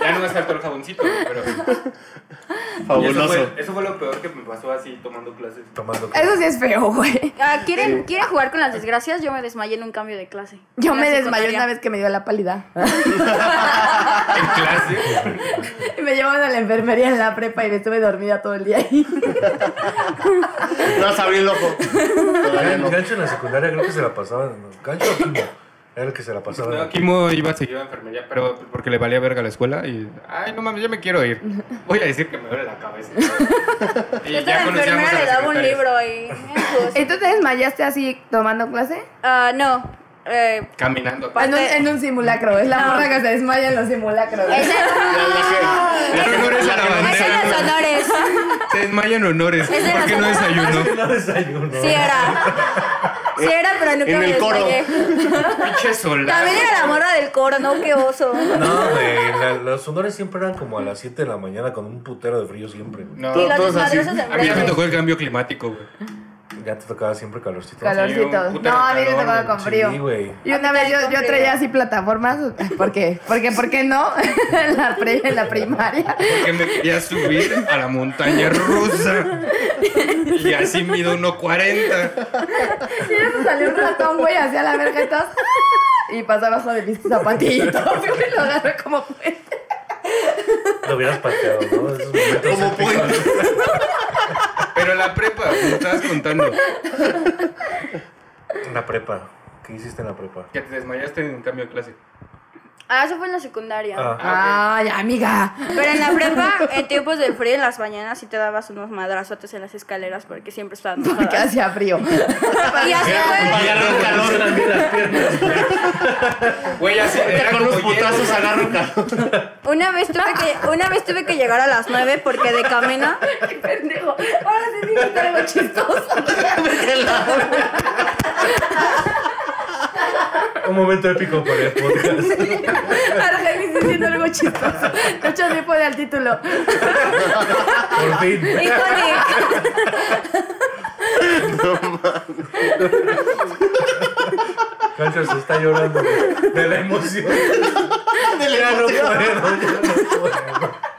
Speaker 2: Ya no me saltó el jaboncito, güey, pero... Y Eso
Speaker 5: Fabuloso.
Speaker 2: fue, eso fue lo peor que me pasó así tomando clases.
Speaker 3: Tomando
Speaker 4: Eso sí es feo, güey.
Speaker 6: Ah, ¿quieren, ¿Quieren jugar con las desgracias? Yo me desmayé en un cambio de clase.
Speaker 4: Yo
Speaker 6: En
Speaker 4: me
Speaker 6: la
Speaker 4: desmayé
Speaker 6: secundaria.
Speaker 4: una vez que me dio la pálida. (laughs)
Speaker 2: En clase.
Speaker 4: Y me llevaron a la enfermería en la prepa y me estuve dormida todo el día (laughs) ahí.
Speaker 5: No vas a abrir el ojo. Todavía
Speaker 3: El
Speaker 5: no.
Speaker 3: gancho en la secundaria creo que se la pasaban. ¿Gancho o Kimo? Era el que se la pasaba.
Speaker 2: No, Kimo iba seguido a enfermería, pero porque le valía verga la escuela y, ay, no mames, ya me quiero ir. Voy a decir que me duele la cabeza. y
Speaker 6: Yo la
Speaker 2: conocíamos a
Speaker 6: enfermera
Speaker 2: las
Speaker 6: le daba un
Speaker 2: secretarias.
Speaker 6: libro ahí.
Speaker 2: (laughs)
Speaker 4: ¿Y tú te desmayaste así tomando clase?
Speaker 6: Ah, no. Eh,
Speaker 2: Caminando.
Speaker 4: En un, en un simulacro. Es la
Speaker 6: No.
Speaker 4: morra que se desmaya en los simulacros.
Speaker 6: esa-
Speaker 2: En honores a la
Speaker 6: esa
Speaker 2: bandera.
Speaker 6: era los honores.
Speaker 2: Se desmayan honores.
Speaker 6: Ese
Speaker 2: ¿Por qué no desayunó?
Speaker 3: (laughs) No desayuno.
Speaker 6: Sí era. Sí era, pero nunca
Speaker 5: En
Speaker 6: me
Speaker 5: el coro.
Speaker 6: desmayé.
Speaker 2: Pinche solar.
Speaker 6: También era la morra del coro, no, qué oso.
Speaker 3: No, güey. la- los honores siempre eran como a las 7 de la mañana con un putero de frío siempre. güey.
Speaker 2: No,
Speaker 6: Y los
Speaker 5: todos así.
Speaker 6: desmadrosos en
Speaker 2: a mí ya me
Speaker 6: breve.
Speaker 2: tocó el cambio climático, güey.
Speaker 3: Ya te tocaba siempre calorcito.
Speaker 2: un
Speaker 4: Calorcitos.
Speaker 2: putero
Speaker 4: No, a mí me
Speaker 2: calor,
Speaker 4: tocaba con
Speaker 3: Sí,
Speaker 4: frío.
Speaker 3: güey.
Speaker 4: Y una vez yo, yo traía así plataformas, (laughs) ¿por qué? Porque, ¿por qué no? (laughs) En la, pre- en la primaria.
Speaker 2: Porque me quería subir a la montaña rusa. Y así mido 1.40.
Speaker 4: Y eso salió un ratón, güey, hacia la verga y todos, ¡ah! (laughs) Y pasó abajo de mis zapatitos, (laughs) güey, lo agarré como fue.
Speaker 3: Lo hubieras pateado, ¿no? Esos (laughs) momentos
Speaker 5: Como
Speaker 3: épicos.
Speaker 2: Pero la prepa, me estabas contando.
Speaker 3: En la prepa. ¿Qué hiciste en la prepa?
Speaker 2: Que te desmayaste en cambio de clase.
Speaker 6: Ah, eso fue en la secundaria.
Speaker 3: Ah,
Speaker 4: Ay, amiga. (laughs)
Speaker 6: Pero en la prepa, en tiempos de frío, en las mañanas sí te dabas unos madrazotes en las escaleras (laughs) porque siempre estaban
Speaker 4: Porque
Speaker 6: mojadas.
Speaker 4: hacía frío.
Speaker 6: Y así fue.
Speaker 5: Agarran calor también las piernas.
Speaker 2: Güey, así era
Speaker 5: Ya con
Speaker 2: como
Speaker 5: los
Speaker 2: hielo,
Speaker 5: putazos
Speaker 2: güey.
Speaker 5: agarran calor.
Speaker 6: Una vez, tuve que, una vez tuve que llegar a las 9 porque de camino.
Speaker 4: Qué pendejo. Ahora sí digo que algo chistoso.
Speaker 3: Un momento épico para el podcast.
Speaker 4: Argenis diciendo algo chistoso. De hecho, ni pone al título.
Speaker 3: Por fin.
Speaker 6: Y
Speaker 5: (laughs)
Speaker 6: con
Speaker 3: Cancho se está llorando güey, de la emoción. Ya no puedo, ya no puedo.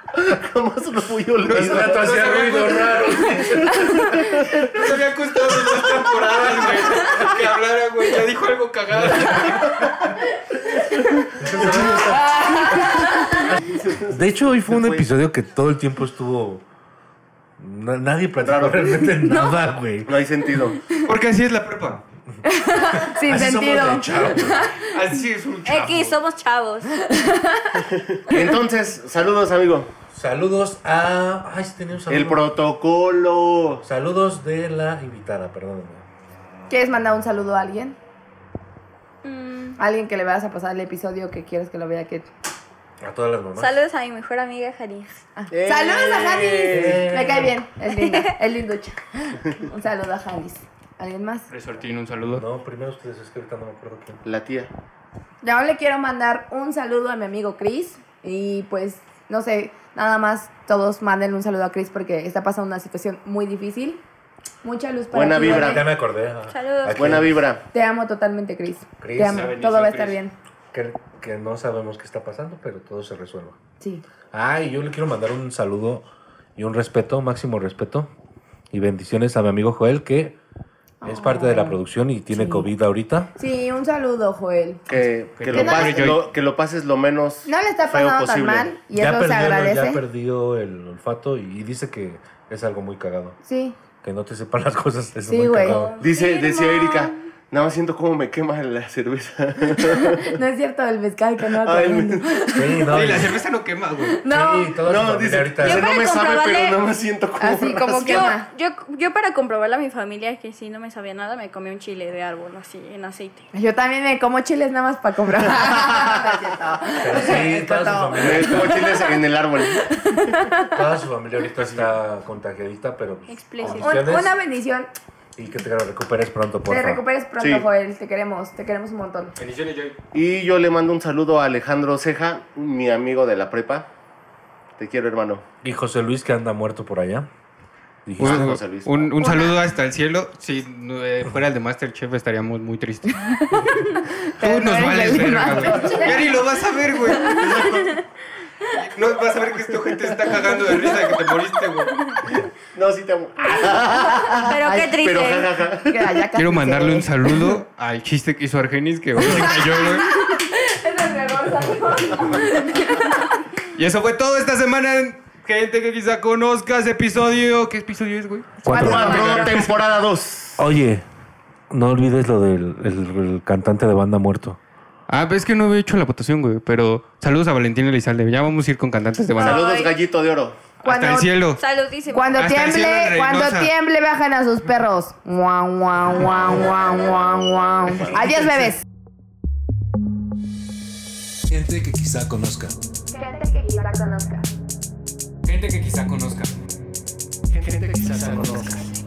Speaker 5: Jamás lo fui
Speaker 3: Ese
Speaker 5: olvidando.
Speaker 3: rato hacía ruido raro.
Speaker 2: Nos había costado dos temporadas, güey. Que hablara, güey. Ya dijo algo cagado.
Speaker 3: De hecho, hoy fue un episodio que todo el tiempo estuvo. na- nadie platicó
Speaker 5: Raro.
Speaker 3: (laughs) realmente nada, güey.
Speaker 5: No hay sentido.
Speaker 2: Porque así es la prepa.
Speaker 4: Sin
Speaker 3: Así somos
Speaker 4: sentido.
Speaker 3: de chavos.
Speaker 2: Así es un
Speaker 6: mi
Speaker 2: chavo.
Speaker 6: X, somos chavos.
Speaker 5: Entonces, saludos, amigo.
Speaker 3: Saludos a. Ay, sí tenía un saludo.
Speaker 5: El protocolo.
Speaker 3: Saludos de la invitada, perdóname.
Speaker 4: ¿Quieres mandar un saludo a alguien? Alguien que le vayas a pasar el episodio que quieres que lo vea que.
Speaker 3: A todas las mamás.
Speaker 6: Saludos a mi mejor amiga Janice.
Speaker 5: Eh.
Speaker 4: Ah, ¡Saludos a Janis! Me cae bien, es linda, es linducha. Un saludo a Janis. ¿Alguien más?
Speaker 2: Resortín, un saludo.
Speaker 3: No, primero ustedes, es que ahorita no me acuerdo quién.
Speaker 5: La tía.
Speaker 4: Yo le quiero mandar un saludo a mi amigo Chris. Y pues, no sé, nada más todos manden un saludo a Chris porque está pasando una situación muy difícil. Mucha luz para
Speaker 5: Buena
Speaker 4: ti,
Speaker 5: vibra.
Speaker 3: Ya
Speaker 4: bebé.
Speaker 3: me acordé. ah.
Speaker 6: Saludos.
Speaker 3: ¿A quién?
Speaker 5: Buena vibra.
Speaker 4: Te amo totalmente, Chris.
Speaker 3: Chris,
Speaker 4: Te amo.
Speaker 2: la bendición,
Speaker 4: Todo va a estar
Speaker 2: Chris.
Speaker 4: bien.
Speaker 3: Que, que no sabemos qué está pasando, pero todo se resuelva.
Speaker 4: Sí.
Speaker 3: Ah, y yo le quiero mandar un saludo y un respeto, máximo respeto. Y bendiciones a mi amigo Joel, que es parte de la producción y tiene
Speaker 4: Sí.
Speaker 3: COVID ahorita.
Speaker 4: Sí, un saludo, Joel.
Speaker 5: Que, que
Speaker 2: Que
Speaker 5: lo,
Speaker 4: no-
Speaker 5: pases, lo- que lo pases lo menos
Speaker 4: No le está
Speaker 5: feo
Speaker 4: pasando tan
Speaker 5: posible.
Speaker 4: mal y
Speaker 3: ya,
Speaker 4: eso se
Speaker 3: perdió, ya
Speaker 4: agradece.
Speaker 3: perdió el olfato y dice que es algo muy cagado.
Speaker 4: Sí,
Speaker 3: Que no te sepan las cosas es
Speaker 4: Sí,
Speaker 3: muy
Speaker 4: güey.
Speaker 3: cagado.
Speaker 5: Dice,
Speaker 6: Confirmo.
Speaker 5: decía Erika, nada más siento cómo me quema la cerveza.
Speaker 4: no es cierto el mezcal que no
Speaker 5: Ay,
Speaker 4: acabamos.
Speaker 5: me-
Speaker 3: Sí, no,
Speaker 2: Sí, la
Speaker 3: y-
Speaker 2: cerveza no quema, güey.
Speaker 4: No,
Speaker 3: sí, toda su
Speaker 5: no,
Speaker 3: familia
Speaker 5: dice,
Speaker 3: ahorita.
Speaker 5: dice,
Speaker 6: Yo
Speaker 5: no
Speaker 6: para
Speaker 5: me sabe, pero
Speaker 6: comprobarle-
Speaker 5: nada más siento cómo.
Speaker 4: así como que
Speaker 6: Yo,
Speaker 4: ama.
Speaker 6: yo, yo para comprobar a mi familia que si no me sabía nada, me comí un chile de árbol así en aceite.
Speaker 4: Yo también me como chiles nada más para comprar. (laughs)
Speaker 3: Pero sí, toda su familia
Speaker 5: Me- como chiles en el árbol.
Speaker 3: Toda su familia ahorita está contagiadita, pero pues,
Speaker 6: Explícito.
Speaker 4: Un-
Speaker 3: bendiciones
Speaker 4: una bendición.
Speaker 3: y que te recuperes pronto, por
Speaker 4: Te
Speaker 3: favor.
Speaker 4: recuperes pronto,
Speaker 5: Sí.
Speaker 4: Joel. Te queremos, te queremos un montón.
Speaker 2: Bendiciones, Joy.
Speaker 5: Y yo le mando un saludo a Alejandro Ceja, mi amigo de la prepa. Te quiero, hermano.
Speaker 3: Y José Luis que anda muerto por allá. Dije,
Speaker 5: Bueno.
Speaker 3: "Ah,
Speaker 5: José Luis.
Speaker 2: un- un saludo hasta el cielo. Si no, eh, fuera el de Masterchef estaríamos muy tristes. Tú
Speaker 4: (laughs) Pero no
Speaker 2: nos
Speaker 4: eres
Speaker 2: vales
Speaker 4: el de
Speaker 2: verga, güey.
Speaker 4: Masterchef.
Speaker 2: Ya ni lo vas a ver,
Speaker 4: (laughs)
Speaker 2: güey. No vas a ver que esta gente está cagando de risa de que te moriste, güey.
Speaker 5: No, sí te amo.
Speaker 6: Pero qué triste.
Speaker 5: Pero jajaja.
Speaker 4: Que allá casi
Speaker 2: Quiero
Speaker 4: se-
Speaker 2: mandarle un saludo al chiste que hizo Argenis, que hoy se cayó, güey.
Speaker 4: (laughs) Es el mejor saludo.
Speaker 2: Y eso fue todo esta semana. en Gente que quizá conozcas episodio. ¿Qué episodio es, güey?
Speaker 3: cuatro".
Speaker 5: Cuatro, temporada 2.
Speaker 3: Oye, no olvides lo del el- el cantante de banda muerto.
Speaker 2: Ah, pero es que no había hecho la votación, güey. Pero saludos a Valentín Elizalde. Ya vamos a ir con cantantes de banda.
Speaker 5: Saludos, gallito de oro.
Speaker 2: Hasta
Speaker 4: Cuando-
Speaker 2: el cielo.
Speaker 6: Saludísimo.
Speaker 4: Cuando
Speaker 2: Hasta el cielo en
Speaker 4: tiemble,
Speaker 2: Reynosa.
Speaker 4: cuando tiemble, bajan a sus perros. Guau, guau, guau, guau, guau, guau. Adiós, bebés.
Speaker 8: Gente que quizá conozca.
Speaker 2: Gente que quizá conozca.
Speaker 9: Gente que quizá conozcas.